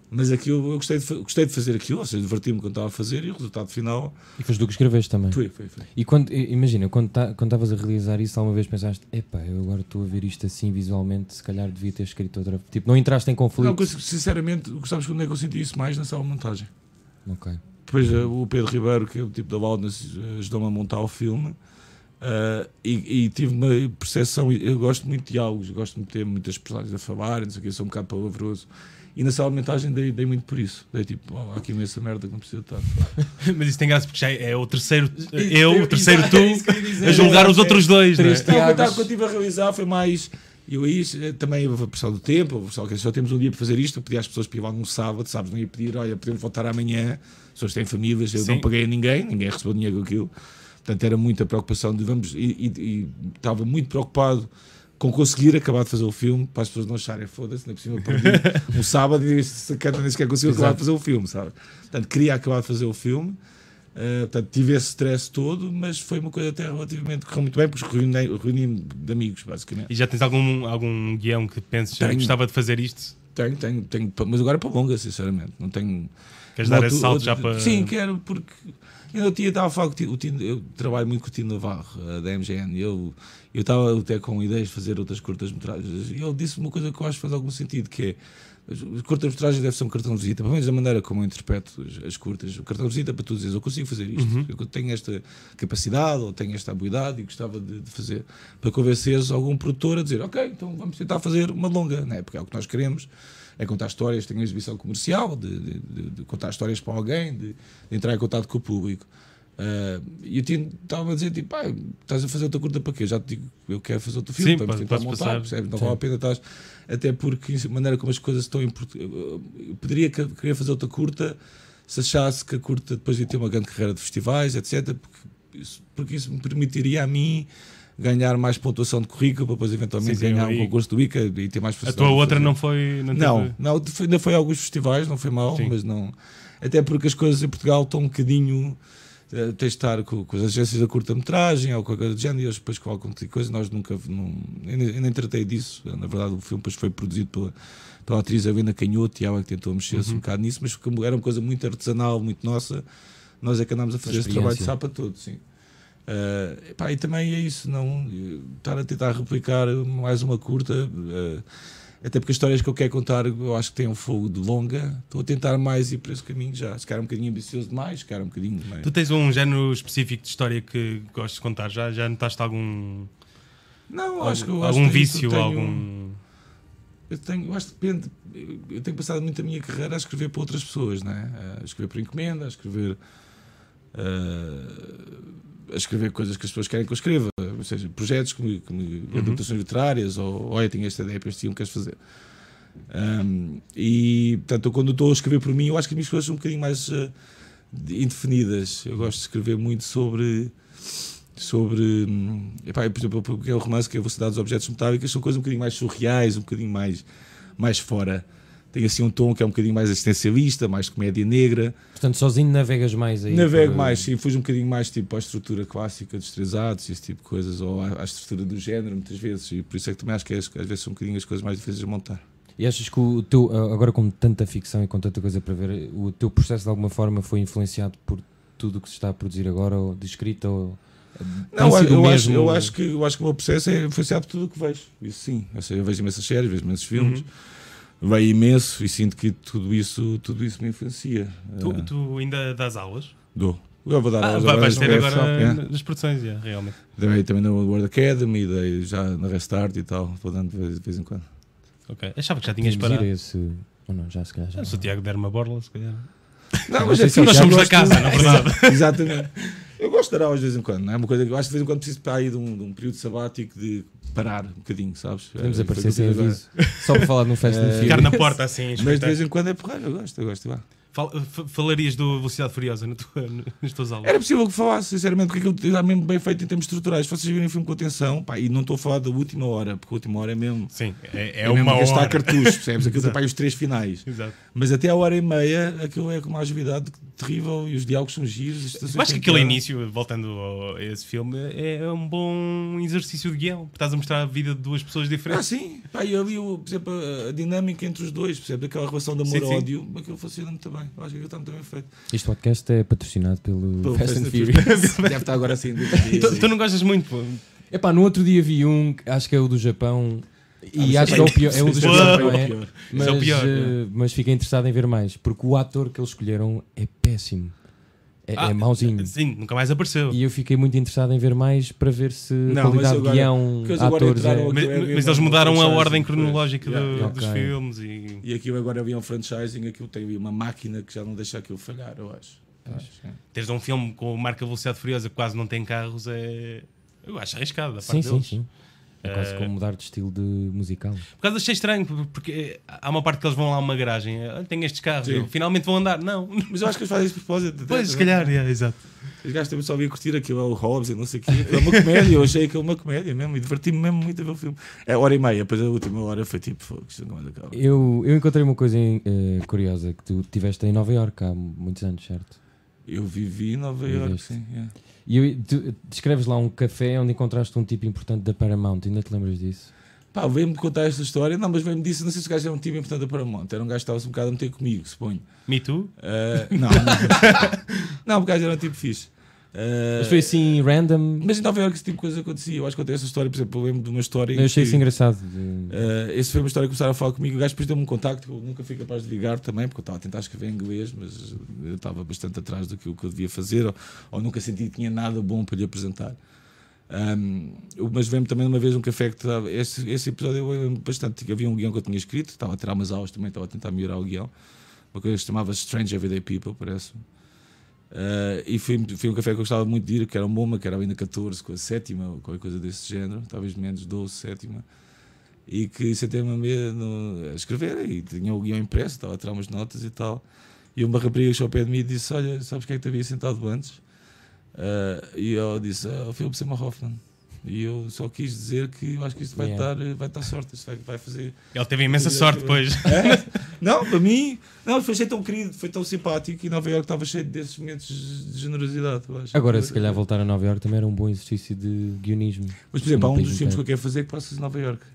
Mas aquilo, eu gostei de, fa- gostei de fazer aquilo, ou seja, diverti-me quando estava a fazer e o resultado final
E foste tu que escreveste também.
foi, foi, foi.
E quando, i- imagina, quando ta- quando estavas a realizar isso, alguma vez pensaste, epá, eu agora estou a ver isto assim visualmente, se calhar devia ter escrito outra. Tipo, não entraste em conflito.
Não, consigo- sinceramente, sabes quando é que eu senti isso mais na sala de montagem?
Ok.
Depois eh, o Pedro Ribeiro, que é o tipo da Loudness, eh, ajudou-me a montar o filme. Ah, e, e tive uma percepção. Eu gosto muito de diálogos, gosto muito de ter muitas personagens a falar, não sei o que, sou um bocado palavroso. E na sala de montagem dei, dei muito por isso. Dei tipo, "Oh, há aqui imensa merda que não precisa estar.
Mas isso tem graça porque já é o terceiro
E-
eu, o
e-
terceiro
exato, é isso que eu ia
tu,
dizer.
a julgar os
É.
outros dois. Não é?
Três
Não,
Tiagos.
coitado, quando estive a realizar foi mais. Eu aí eh, também houve a pressão do tempo, houve pessoal que disse, só temos um dia para fazer isto, eu pedi às pessoas para ir logo no sábado, sabes, não ia pedir, olha, podemos voltar amanhã, as pessoas têm famílias, eu
Sim.
não paguei a ninguém, ninguém recebeu dinheiro com aquilo. Portanto, era muita preocupação de vamos, e, e- e estava muito preocupado com conseguir acabar de fazer o filme, para as pessoas não acharem, foda-se, não é possível, perdi um sábado e este sacana nem sequer conseguiu acabar de fazer o filme, sabe? Portanto, queria acabar de fazer o filme, Uh, portanto, tive esse stress todo, mas foi uma coisa até relativamente que correu muito bem, porque reuni- reuni-me de amigos, basicamente.
E já tens algum, algum guião que penses "Ah,
Tenho.
gostava de fazer isto?
Tenho, tenho, tenho, pa- mas agora é para longa, sinceramente. Não tenho.
Queres dar
Moto-
esse salto
outro-
já para.
Sim, quero, porque. Eu não tinha, estava a falar com o Tino, o Tino- eu trabalho muito com o Tino Navarro, eh, da MGN, e eu eu estava até com ideias de fazer outras curtas-metragens, e ele disse-me uma coisa que eu acho que faz algum sentido, que é, as as curtas-metragens devem ser um cartão de visita, pelo menos da maneira como eu interpreto as, as curtas, o cartão de visita para tu dizeres, eu consigo fazer isto, eu tenho esta capacidade, ou tenho esta habilidade, e gostava de, de fazer, para convenceres algum produtor a dizer, ok, então vamos tentar fazer uma longa, né? porque é o que nós queremos, é contar histórias, tem uma exibição comercial, de, de- de- de contar histórias para alguém, de, de entrar em contato com o público. Ah, e o Tino estava a dizer: tipo, "Pá, estás a fazer outra curta para quê? Já te digo, eu quero fazer outro filme,
Sim,
vamos
pode-
tentar
pode
montar,
passar.
percebes? Não vale a pena estás. Até porque, a maneira como as coisas estão. em Portu- Eu eu poderia que- querer fazer outra curta se achasse que a curta depois ia ter uma grande carreira de festivais, etc. Porque isso, porque isso me permitiria a mim ganhar mais pontuação de currículo para depois eventualmente
Sim, sim,
ganhar
eu-
um concurso do Wicca e ter mais
A
facilidade
tua
de
outra
fazer.
não foi. Não,
Não,
teve-
não foi- ainda foi a alguns festivais, não foi mal,
Sim.
mas não. Até porque as coisas em Portugal estão um bocadinho. eh, tens de estar com, com as agências da curta-metragem ou qualquer coisa do género e eles depois colocam e coisa. Nós nunca. Não, eu, nem, eu nem tratei disso. Na verdade, o filme depois foi produzido pela, pela atriz Helena Canhoto e ela que tentou mexer-se
Uhum.
um bocado nisso, mas como era uma coisa muito artesanal, muito nossa. Nós é que andámos a fazer esse trabalho de
experiência.
sapa todo, sim. Eh, pá, e também é isso, não eh, estar a tentar replicar mais uma curta, eh, até porque as histórias que eu quero contar eu acho que têm um fogo de longa. Estou a tentar mais ir por esse caminho já. Se calhar um bocadinho ambicioso demais, se calhar um bocadinho demais.
Tu tens um género específico de história que gostes de contar? Já, já notaste algum.
Não,
algum,
acho que eu acho
algum
que isso
vício?
tenho- um.
algum...
Eu tenho, eu acho que depende. eu- Eu tenho passado muito a minha carreira a escrever para outras pessoas, né? A escrever por encomenda, a escrever. eh, a escrever coisas que as pessoas querem que eu escreva, ou seja, projetos como, como adaptações literárias, ou olha, tenho esta ideia para este filme, queres fazer? Um, e portanto, eu, quando estou a escrever por mim, eu acho que as minhas coisas são um bocadinho mais eh, de- indefinidas. Eu gosto de escrever muito sobre. Sobre, hum, epá, eu, por exemplo, porque é o romance que é a velocidade dos objetos metálicos, são coisas um bocadinho mais surreais, um bocadinho mais, mais fora. Tem assim um tom que é um bocadinho mais existencialista, mais comédia negra.
Portanto, sozinho navegas mais aí.
Navego
para-
mais, sim, fujo um bocadinho mais tipo à estrutura clássica dos três atos, e esse tipo de coisas, ou à, à estrutura do género, muitas vezes. E por isso é que também acho que é as- às vezes são um bocadinho as coisas mais difíceis de montar.
E achas que o teu, agora com tanta ficção e com tanta coisa para ver, o teu processo de alguma forma foi influenciado por tudo o que se está a produzir agora, ou de escrita, ou.
Não,
tem sido
eu,
o
acho,
mesmo-
eu, acho que, eu acho que o meu processo é influenciado por tudo o que vejo. Isso sim. Ou seja, eu vejo imensas séries, vejo imensos filmes.
Uhum.
veio imenso e sinto que tudo isso, tudo isso me influencia. Ah,
Tu, tu ainda dás aulas?
Dou. Eu vou dar
Ah,
aulas
vai- vais
no
ter
workshop,
agora
é.
nas produções, yeah, realmente.
Dei também na World Academy, dei já na Restart e tal, vou dando de vez- de vez em quando.
Ok. Achava que já tinhas
Tínhamos de ir
parado.
a esse. Ou não, já se calhar já.
Ah, Se o Tiago der uma borla, se calhar.
Não,
mas é
fixe,
Nós
eu
somos da
gosto-
casa, na verdade.
Exatamente. Eu gosto de dar aulas de vez em quando, não é uma coisa que eu acho que de vez em quando preciso para aí de um, de um período sabático de parar um bocadinho, sabes?
Podemos
Eh, foi o que
aparecer
eu
sem
fiz agora.
aviso. Só para falar de um Fast and
Eh,
*laughs* Ficar na
Furious.
porta assim,
Mas de
espreitar.
vez em quando é porra, eu gosto, eu gosto. Vá.
Fal- f- Falarias do Velocidade Furiosa no tua- no- nas tuas aulas?
Era possível que falasse, sinceramente, porque aquilo está mesmo bem feito em termos estruturais. Se vocês virem o filme com atenção, pá, e não estou a falar da última hora, porque a última hora é mesmo.
Sim, é, é,
mesmo
uma
gastar
hora.
cartuchos, percebes? Aquilo
*laughs*
tem
Exato.
para aí os três finais.
Exato.
Mas até a hora e meia, aquilo é com uma agilidade terrível e os diálogos são giros. as situações
Eu acho que
têm
aquele
piada.
início, voltando ao- a esse filme, é um bom exercício de guião. Estás a mostrar a vida de duas pessoas
Ah,
diferentes.
sim. Pá, e ali, o- por exemplo, a- a dinâmica entre os dois, percebes? Aquela relação de
Sim, sim.
amor-ódio, aquilo funciona muito bem. Eu acho que aquilo está muito bem feito.
Este podcast é patrocinado pelo,
Pô,
Fast and
Fast and
Furious.
Deve estar
*laughs*
agora assim.
tu, tu não gostas muito, pô.
Epá, no outro dia vi um, que acho que é o do Japão. E
Ah,
acho que é o pior, é um dos
Sim,
piores,
sim,
não
é o
é?
pior.
Mas,
é o pior,
eh, mas fiquei interessado em ver mais, porque o ator que eles escolheram é péssimo. É, é
Ah,
mauzinho.
Sim, nunca mais apareceu.
E eu fiquei muito interessado em ver mais para ver se
Não,
a
mas
qualidade de
agora-
guião,
porque eles agora
atores.
entraram
é-
agora-
Mas,
Eu- eu-
mas
eu-
eles
eu-
mudaram a
eu- eu-
ordem
eu-
cronológica
Yeah,
do-
yeah,
dos
ok.
filmes e
E aquilo agora havia um franchising, aquilo tem uma máquina que já não deixa aquilo falhar, eu acho. Acho, é.
teres um filme com a marca Velocidade Furiosa que quase não tem carros é. Eu acho arriscado. da
Sim,
parte
sim,
deles.
sim. É quase como mudar de estilo de musical.
Por causa achei estranho, porque há uma parte que eles vão lá a uma garagem. "Ah, Olha, tem estes carros,
Sim.
eu, finalmente vão andar.
*laughs*
Não.
Mas eu acho que eles fazem isso de propósito.
Pois, se calhar, yeah, exato.
Os gajos também só vinham curtir aquilo, é o Hobbes e não sei o quê. Aquilo é uma comédia, eu achei aquilo uma comédia mesmo e diverti-me mesmo muito a ver o filme. É hora e meia, depois a última hora foi tipo, fogo, isto não anda cá.
Eu, eu encontrei uma coisa eh, curiosa que tu tiveste em Nova Iorque há muitos anos, certo?
Eu vivi em Nova
Viveste.
Iorque, sim. é. yeah.
E eu- tu descreves lá um café onde encontraste um tipo importante da Paramount, ainda te lembras disso?
Pá, veio-me contar esta história, não, mas veio-me disso, não sei se o gajo era um time importante da Paramount, era um gajo que estava-se um bocado a meter comigo, suponho.
Me Too?
Ah, não, não. não, o gajo era um tipo fixe. Ah,
Mas foi assim, random.
Mas em Nova Iorque esse tipo de coisa acontecia. Eu acho que contei essa história, por exemplo, eu lembro de uma história. em
Eu achei
que-
isso engraçado. de-
Uh, esse foi uma história que começaram a falar comigo. O gajo depois deu-me um contacto que eu nunca fui capaz de ligar também, porque eu estava a tentar escrever em inglês, mas eu estava bastante atrás do que, o que eu devia fazer, ou, ou nunca senti que tinha nada bom para lhe apresentar. Um, eu- mas veio-me também uma vez um café que estava. Esse, esse episódio eu lembro bastante. que Havia um guião que eu tinha escrito, estava a tirar umas aulas também, estava a tentar melhorar o guião. Uma coisa que se chamava Strange Everyday People, parece. Uh, e fui, fui a um café que eu gostava muito de ir, que era um Moma, que era ainda 14, com a sétima, ou qualquer coisa desse género, talvez menos 12, sétima e que sentei-me a me- no- a escrever e tinha o guião impresso, estava a tirar umas notas e tal. E uma rapariga chegou ao pé de mim e disse: Olha, sabes quem é que te havia sentado antes? Ah, e eu disse: ah, O Philip Seymour Hoffman. E eu só quis dizer que eu acho que isto vai,
Yeah.
dar, vai dar sorte, isto vai, vai fazer.
Ele teve imensa
Exato.
sorte depois. *laughs*
É? Não, para mim, não, foi tão querido, foi tão simpático e Nova Iorque estava cheio desses momentos de generosidade. eu acho.
Agora, se calhar, voltar a Nova Iorque também era um bom exercício de guionismo.
Mas, por exemplo, há
no
um dos
país
filmes que eu
inteiro.
quero fazer que passa em
*laughs*
Nova Iorque.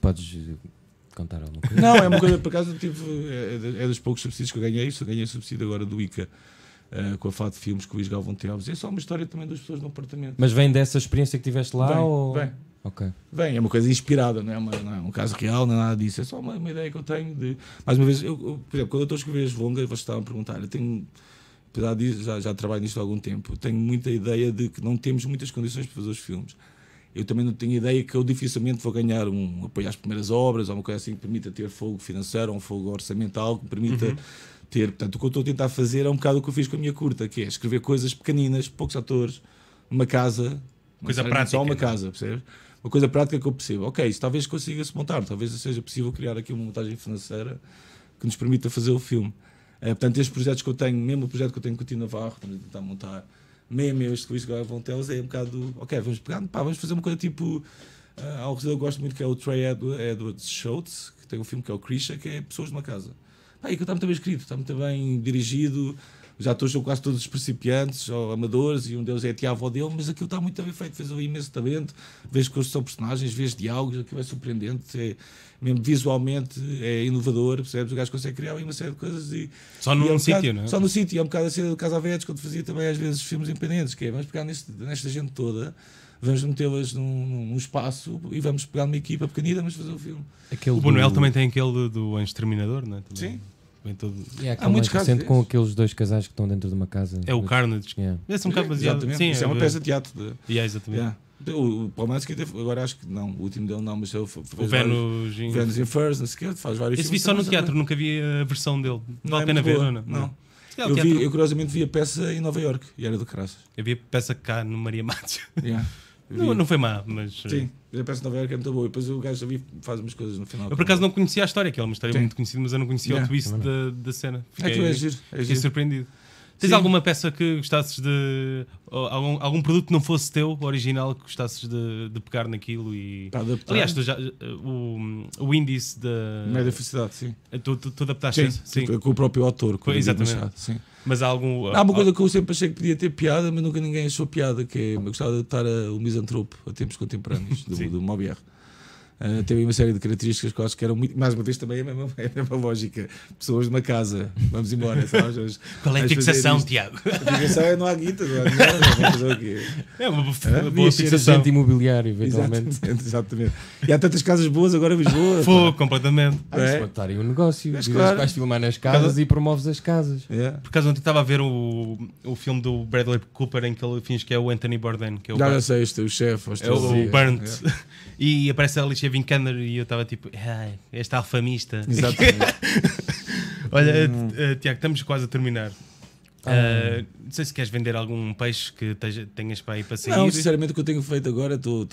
Podes eh, contar alguma coisa?
Não, é uma coisa, por acaso, eu tive, é, é dos poucos subsídios que eu ganhei, só ganhei subsídio agora do ICA, eh, com a Fado Filmes, com o Luís Galvão Teves. É só uma história também das pessoas no apartamento.
Mas vem dessa experiência que tiveste lá?
Bem,
ou...
bem.
Ok.
Bem, é uma coisa inspirada, não é, uma- não é um caso real, não é nada disso. É só uma, uma ideia que eu tenho de. Mais uma vez, eu, eu, por exemplo, quando eu estou a escrever as longas, vocês estavam a perguntar, eu tenho. Apesar disso, já, já trabalho nisto há algum tempo, eu tenho muita ideia de que não temos muitas condições para fazer os filmes. Eu também não tenho ideia que eu dificilmente vou ganhar um apoio às primeiras obras ou uma coisa assim que permita ter fogo financeiro ou um fogo orçamental que permita
Uhum.
ter. Portanto, o que eu estou a tentar fazer é um bocado o que eu fiz com a minha curta, que é escrever coisas pequeninas, poucos atores, uma casa. não
Coisa
necessariamente Só
prática,
uma
não é?
casa, percebes? Uma coisa prática que eu percebo. Ok, isso talvez consiga-se montar, talvez seja possível criar aqui uma montagem financeira que nos permita fazer o filme. Eh, portanto, estes projetos que eu tenho, mesmo o projeto que eu tenho com o Tino Navarro, estamos a tentar montar, mesmo este que o Luís Galvão Teles, é um bocado, ok, vamos pegar, pá, vamos fazer uma coisa tipo, ah, há um realizador que eu gosto muito que é o Trey Edward, Edwards Schultz, que tem um filme que é o Krisha, que é Pessoas numa Casa. Pá, e que está muito bem escrito, está muito bem dirigido, os atores são quase todos principiantes ou amadores, e um deles é a tia-avó dele, mas aquilo está muito bem feito, fez um imenso talento, vês construção de personagens, vês diálogos, aquilo é surpreendente, é, mesmo visualmente é inovador, percebes? O gajo consegue criar uma série de coisas e...
Só
e
num
é um
sítio,
bocado-
não é?
Só no sítio, é um bocado a cena do Casavetes, quando fazia também às vezes filmes independentes, que é, vamos pegar neste- nesta gente toda, vamos metê-las num, num espaço e vamos pegar uma equipa pequenina, vamos fazer o filme.
Aquele
O Bonuel
do-
também tem aquele do Anjo Terminador, não é? Também
Sim.
Vem todo...
É, aquele
Há
mais
muitos casos
recente com
desses.
aqueles dois casais que estão dentro de uma casa.
É o Carnage.
Yeah.
Esse é um bocado baseado.
Exatamente.
Sim,
Isso é uma
o-
peça de teatro. de-
Yeah, exatamente.
Yeah. Né? Então, O, o Polanski teve, agora acho que não, o último dele não, mas ele foi,
O
fez vários-
Venus. em-
Venus in First, não sei o que, faz vários
Esse vi
filmes,
só no
mas é-
teatro, nunca vi a versão dele.
não
Vale
é
a pena
muito
ver, né? ou
boa.
não?
Não. é
Se calhar
Eu,
o teatro-
vi, eu curiosamente vi a peça em Nova York e era do Caraças.
Eu vi a peça cá no Maria Matos.
Yeah.
Não,
Vi.
não foi má, mas. uh,
Sim, mas a peça de Nova York é muito boa. E depois o gajo ali faz umas coisas no final.
Eu por acaso não conhecia a história, que é uma história
Sim.
muito conhecida, mas eu não conhecia
Yeah.
o twist
Também
da, da cena.
É que é giro. É
fiquei
giro.
surpreendido. Tens
Sim.
alguma peça que gostasses de. ou algum, algum produto que não fosse teu, original, que gostasses de, de pegar naquilo e.
Está adaptado.
Aliás, tu já, o, o índice da. eh,
Média felicidade, sim. tipo, é
Tu, tu, tu adaptaste sim, sim.
Com o próprio autor, com o
Pois,
David
exatamente.
Machado, sim.
Mas há algum.
Há uma coisa que eu sempre achei que podia ter piada, mas nunca ninguém achou piada, que é, eu gostava de adaptar a- o misantropo a tempos contemporâneos, do,
Sim.
do Molière. Ah, teve aí uma série de características que eu acho que eram muito. Mais uma vez, também é a mesma, é a mesma lógica. Pessoas numa casa, vamos embora. sabes? Vamos-
Qual é a
vamos fazer
fixação,
isto.
Tiago?
A fixação é não há guita, não há dinheiro, não vamos fazer o quê?
*laughs* É uma boa,
Hã?
boa
Devia ser
fixação.
agente imobiliário, eventualmente.
Exatamente, exatamente. E há tantas casas boas agora em Lisboa. pá.
Fogo, completamente.
Ah, isso
É.
pode estar aí um negócio.
Mas
Mas,
claro.
Vais filmar nas casas
Cada-
e promoves as casas.
É.
Por acaso ontem estava a ver o, o filme do Bradley Cooper em que ele finge que é o Anthony Bourdain, que é o,
Já
Bur-
não sei, este, o chefe.
é o Burnt.
É.
*laughs* E aparece a Alicia Vikander e eu estava tipo, ai, este alfamista.
Exatamente.
Olha,
Hum.
eh, eh, Tiago, estamos quase a terminar.
Ah.
Eh, não sei se queres vender algum peixe que teja- tenhas para aí para sair.
Não, sinceramente, o que eu tenho feito agora, estou.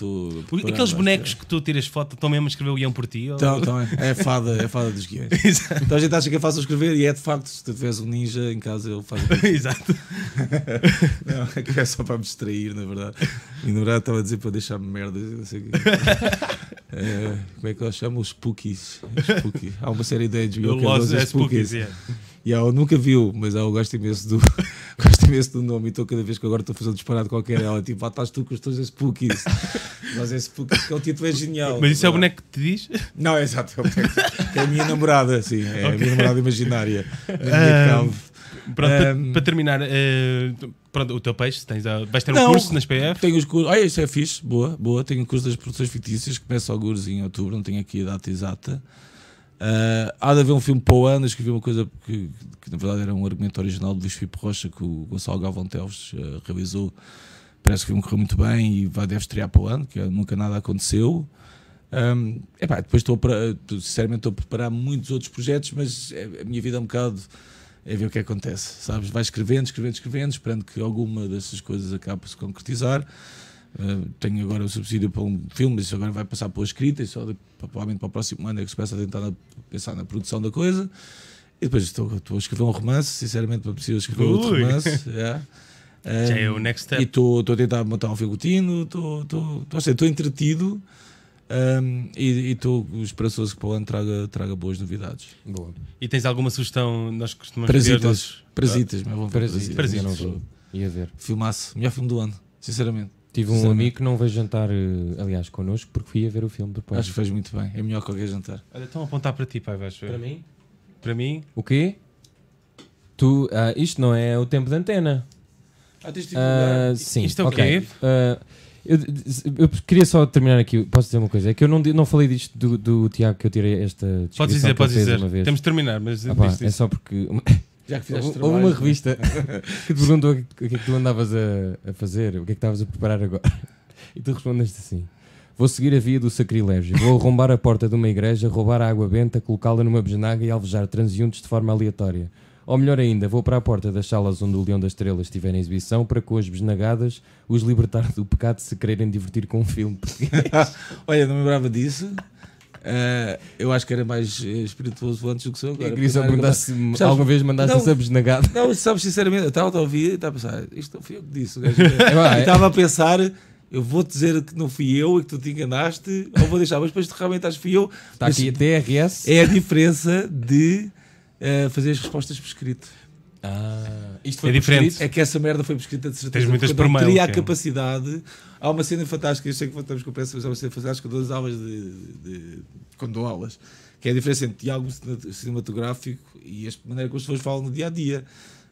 Aqueles bonecos que tu tiras foto estão mesmo a escrever o guião por ti? ou-
Então, então é, é a fada, é a fada dos guiões.
*laughs* Exato.
Então a gente acha que é fácil escrever e é de facto, se tu tiveres um ninja em casa,
*laughs*
ele faz.
*laughs* Exato.
Não, é que é só para me distrair, na verdade. E na verdade estava a dizer para deixar-me merdas,
*laughs*
não sei o quê. É, como é que eles chamam? Os Spookies. Spooky. Há uma série de
Eu
HBO que é
lost
Los
as spookies.
Spookies.
yeah.
E há, eu nunca viu, mas há, eu gosto imenso do *laughs* gosto imenso do nome e estou cada vez que agora estou a fazer um disparado qualquer ela, tipo, ah, estás tu com os teus
*laughs*
Spookies. Nós é Spookies, que é o título é genial.
Mas isso é o
Verdade.
boneco que te diz? *laughs*
Não, é exato. *laughs* é o boneco. É a minha namorada, sim. É a minha namorada imaginária. A minha
Ah,
cave.
Pronto, pa-
Um,
para terminar, eh, pronto, o teu peixe, tens, a- vais ter um
Não.
curso nas PF?
Tenho os cursos. Olha, isso é fixe. Boa, boa. Tenho o curso das produções fictícias que começa alguns em outubro. Não tenho aqui a data exata. Ah, há de haver um filme para o ano. Escrevi uma coisa que, que, na verdade era um argumento original do Luís Filipe Rocha que o Gonçalo Galvão Teves ah, realizou. Parece que o filme correu muito bem e vai, deve estrear para o ano, que é, nunca nada aconteceu. Ahm, epá, depois estou a, pre- sinceramente estou a preparar muitos outros projetos, mas é- a minha vida é um bocado é ver o que acontece, sabes? Vai escrevendo, escrevendo, escrevendo, esperando que alguma dessas coisas acabe por se concretizar. Uh, tenho agora o subsídio para um filme, mas isso agora vai passar para a escrita e só de- provavelmente para o próximo ano é que se começa a tentar na- pensar na produção da coisa. E depois estou, estou a escrever um romance, sinceramente, para preciso escrever outro
Ui.
romance. é. yeah.
*laughs* Já
Um,
é o next
e
step.
estou estou a tentar montar um filgotino, estou- estou estou- ou seja, estou entretido um, e e estou esperançoso que para o ano traga, traga boas novidades.
Boa.
E, tens alguma sugestão? Nós costumamos pedir aos
Parasitas,
nossos-
Parasitas, meu bom.
Parasitas.
Parasitas.
ainda não vi. Ia ver.
Filmaço, melhor filme do ano, sinceramente.
Tive um
Sinceramente.
amigo que não veio jantar, eh, aliás, connosco, porque fui a ver o filme depois.
Acho que fez muito bem, é melhor que qualquer jantar.
Olha, estão a apontar para ti, pai, vais ver. Para mim?
O quê? Tu, ah, isto não é o tempo de antena. Ah, sim,
Isto é o
ok.
quê?
Ah, eu, eu queria só terminar aqui. Posso dizer uma coisa? É que eu não, di- não falei disto do, do Tiago que eu tirei esta descrição
Podes dizer,
que ele
podes
fez
dizer.
uma vez.
Temos de terminar, mas
Ah pá,
diz, diz.
é só porque uma-
Já que fizeste
houve
trabalho, né?
uma
*laughs*
revista que te perguntou o que o que é que tu andavas a, a fazer, o que é que estavas a preparar agora. *laughs* E tu respondeste assim: Vou seguir a via do sacrilégio, vou arrombar a porta de uma igreja, roubar a água benta, colocá-la numa besnaga e alvejar transeuntes de forma aleatória. Ou melhor ainda, vou para a porta das salas onde o Leão das Estrelas estiver em exibição para com as besnagadas os libertar do pecado de se quererem divertir com um
*laughs*
filme.
Olha, não me lembrava disso. Ah, eu acho que era mais eh, espirituoso antes do que sou agora.
Eu queria só
Primeiro,
perguntar se
Sabes-
alguma vez mandaste
Não.
essa besnagada.
Não, sabes, sinceramente, eu estava a ouvir e estava a pensar, isto não fui eu que
*laughs*
disse. o gajo.
lá,
E
é.
estava a pensar, eu vou dizer que não fui eu e que tu te enganaste, ou vou deixar, mas depois tu realmente acho que fui eu.
Está
Mas
Tá aqui a TRS.
É a diferença de eh, fazer as respostas por escrito.
Ah, isto
É diferente.
É que essa merda foi prescrita de certeza.
Tens muitas
porque eu não
por mail,
Teria a
sim.
capacidade. Há uma cena fantástica, eu sei que estamos com pressa, mas há uma cena fantástica quando dou as aulas de. de- quando dou aulas. Que é a diferença entre diálogo cine- cinematográfico e a maneira como as pessoas falam no dia a dia.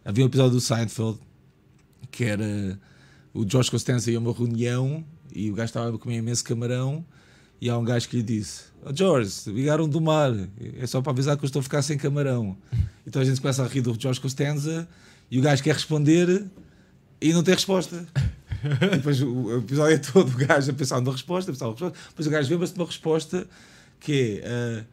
Havia um episódio do Seinfeld que era o George Costanza ia a uma reunião E o gajo estava a comer imenso camarão. E há um gajo que lhe disse: oh, Jorge, ligaram do mar, é só para avisar que eu estou a ficar sem camarão. Então a gente começa a rir do Jorge Costanza e o gajo quer responder e não tem resposta. E depois o episódio é todo o gajo a pensar numa resposta, a pensar numa resposta. Depois o gajo lembra-se de uma resposta que é. ah,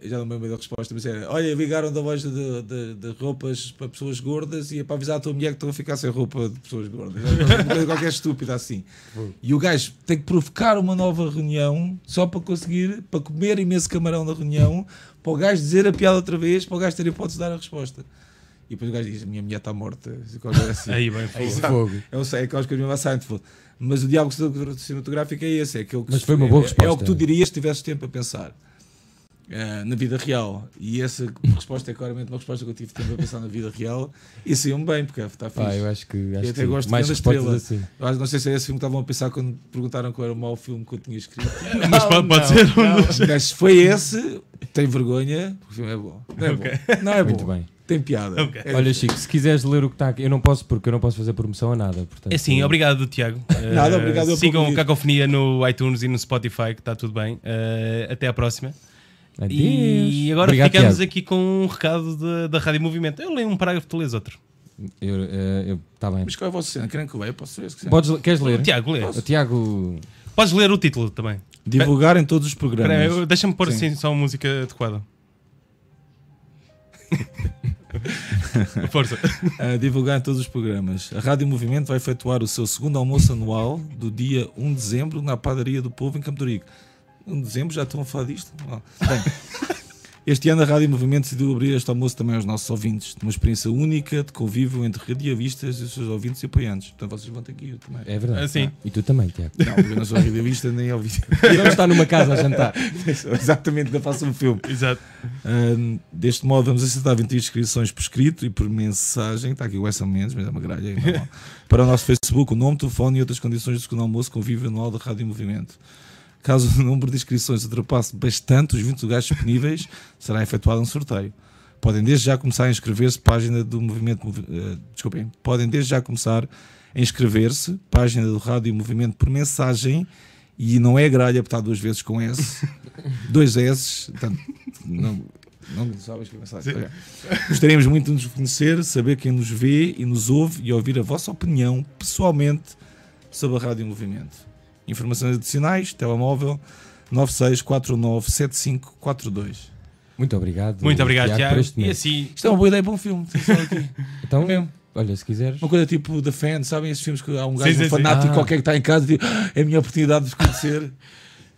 eu já não me lembro da resposta, mas era: Olha, ligaram da loja de, de- de roupas para pessoas gordas e é para avisar a tua mulher que estão a ficar sem roupa de pessoas gordas. É Uma coisa qualquer estúpida assim. E o gajo tem que provocar uma nova reunião só para conseguir, para comer imenso camarão na reunião, para o gajo dizer a piada outra vez, para o gajo ter a hipótese de dar a resposta. E depois o gajo diz: Minha mulher está morta. qualquer coisa assim.
Aí, bem, fogo.
Sabe?
Fogo.
Eu sei, é que eu acho que eu mesmo a Seinfeld. Mas o diálogo cinematográfico é esse. É aquele que
Mas foi uma boa
é- É o
resposta.
que tu dirias se tivesses tempo a pensar. eh, na vida real. E essa resposta é claramente uma resposta que eu tive tempo a pensar na vida real. E saiu-me bem, porque está fixe.
Pá, eu acho que, acho
até
que
gosto de
mais
ver a
respostas
estrela.
assim.
Eu acho- Não sei se é esse filme que estavam a pensar quando perguntaram qual era o mau filme que eu tinha escrito. *laughs*
*laughs* Mas pode, pode ser um dos.
Mas se foi esse, tem vergonha, porque o filme é bom. Não é bom. Não é
Muito
bom.
bem.
Tem piada.
Ok.
É-
Olha, Chico, se quiseres ler o que está aqui, eu não posso porque eu não posso fazer promoção a nada. Portanto,
É sim, obrigado, Tiago. Eh,
*laughs* Nada, obrigado eu por
Sigam
vir.
o Cacofonia no iTunes e no Spotify, que está tudo bem. Eh, até à próxima.
Adeus.
E agora
Obrigado,
ficamos
Tiago.
aqui com um recado da- da Rádio Movimento. Eu leio um parágrafo, tu lês outro.
Eu, eh, eu- tá bem.
Mas qual é a vossa cena? Querem que eu leia? Posso ler? se quiser.
Podes, queres ler?
Tiago, lê.
O Tiago.
Podes ler o título também.
Divulgar em todos os
Espera aí,
programas.
eu- Deixa-me pôr
Sim.
assim só uma música
*laughs*
adequada. Força. *laughs*
a divulgar em todos os programas. A Rádio Movimento vai efetuar o seu segundo almoço anual do dia 1 de dezembro na Padaria do Povo em Campo de Rico. 1 de dezembro, já estão a falar disto? Ah, Bem, *laughs* este ano a Rádio Movimento decidiu abrir este almoço também aos nossos ouvintes, numa experiência única de convívio entre radialistas e os seus ouvintes e apoiantes. Portanto, vocês vão ter que ir também.
É verdade.
Ah, sim.
E tu também, Tiago.
Não, porque eu não sou radialista nem *laughs* ouvinte.
Vamos estar numa casa a
*laughs*
jantar.
Exatamente, ainda faço um filme.
Exato.
Ahn, deste modo, vamos aceitar 20 inscrições por escrito e por mensagem. Está aqui o S menos, mas é uma gralha. é normal. para o nosso Facebook, o nome, telefone e outras condições do segundo almoço convívio anual da Rádio Movimento. Caso o número de inscrições ultrapasse bastante os 20 lugares disponíveis, *laughs* será efetuado um sorteio. Podem desde já começar a inscrever-se, página do Movimento. Movi- eh, desculpem, podem desde já começar a inscrever-se, página do Rádio Movimento por mensagem. E não é gralha, porque está duas vezes com S, dois S, portanto, não, não sabes que mensagem. Ok. Gostaríamos muito de nos conhecer, saber quem nos vê e nos ouve e ouvir a vossa opinião pessoalmente sobre a Rádio Movimento. Informações adicionais, telemóvel 96497542.
Muito obrigado.
Muito obrigado,
por
Tiago. E
este momento.
assim,
Isto é uma boa ideia para um filme. tem
*laughs*
só aqui.
Então, olha, se quiseres.
Uma coisa tipo The Fan, sabem esses filmes que há um
Sim,
gajo
sim,
um
sim.
fanático
Ah.
qualquer que está em casa e diz, "Ah, é a minha oportunidade de vos conhecer.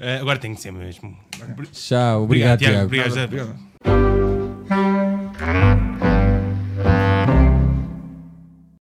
eh, agora tem que ser mesmo. É,
Tchau. Obrigado, Tiago.
Obrigado, Zé.
Obrigado.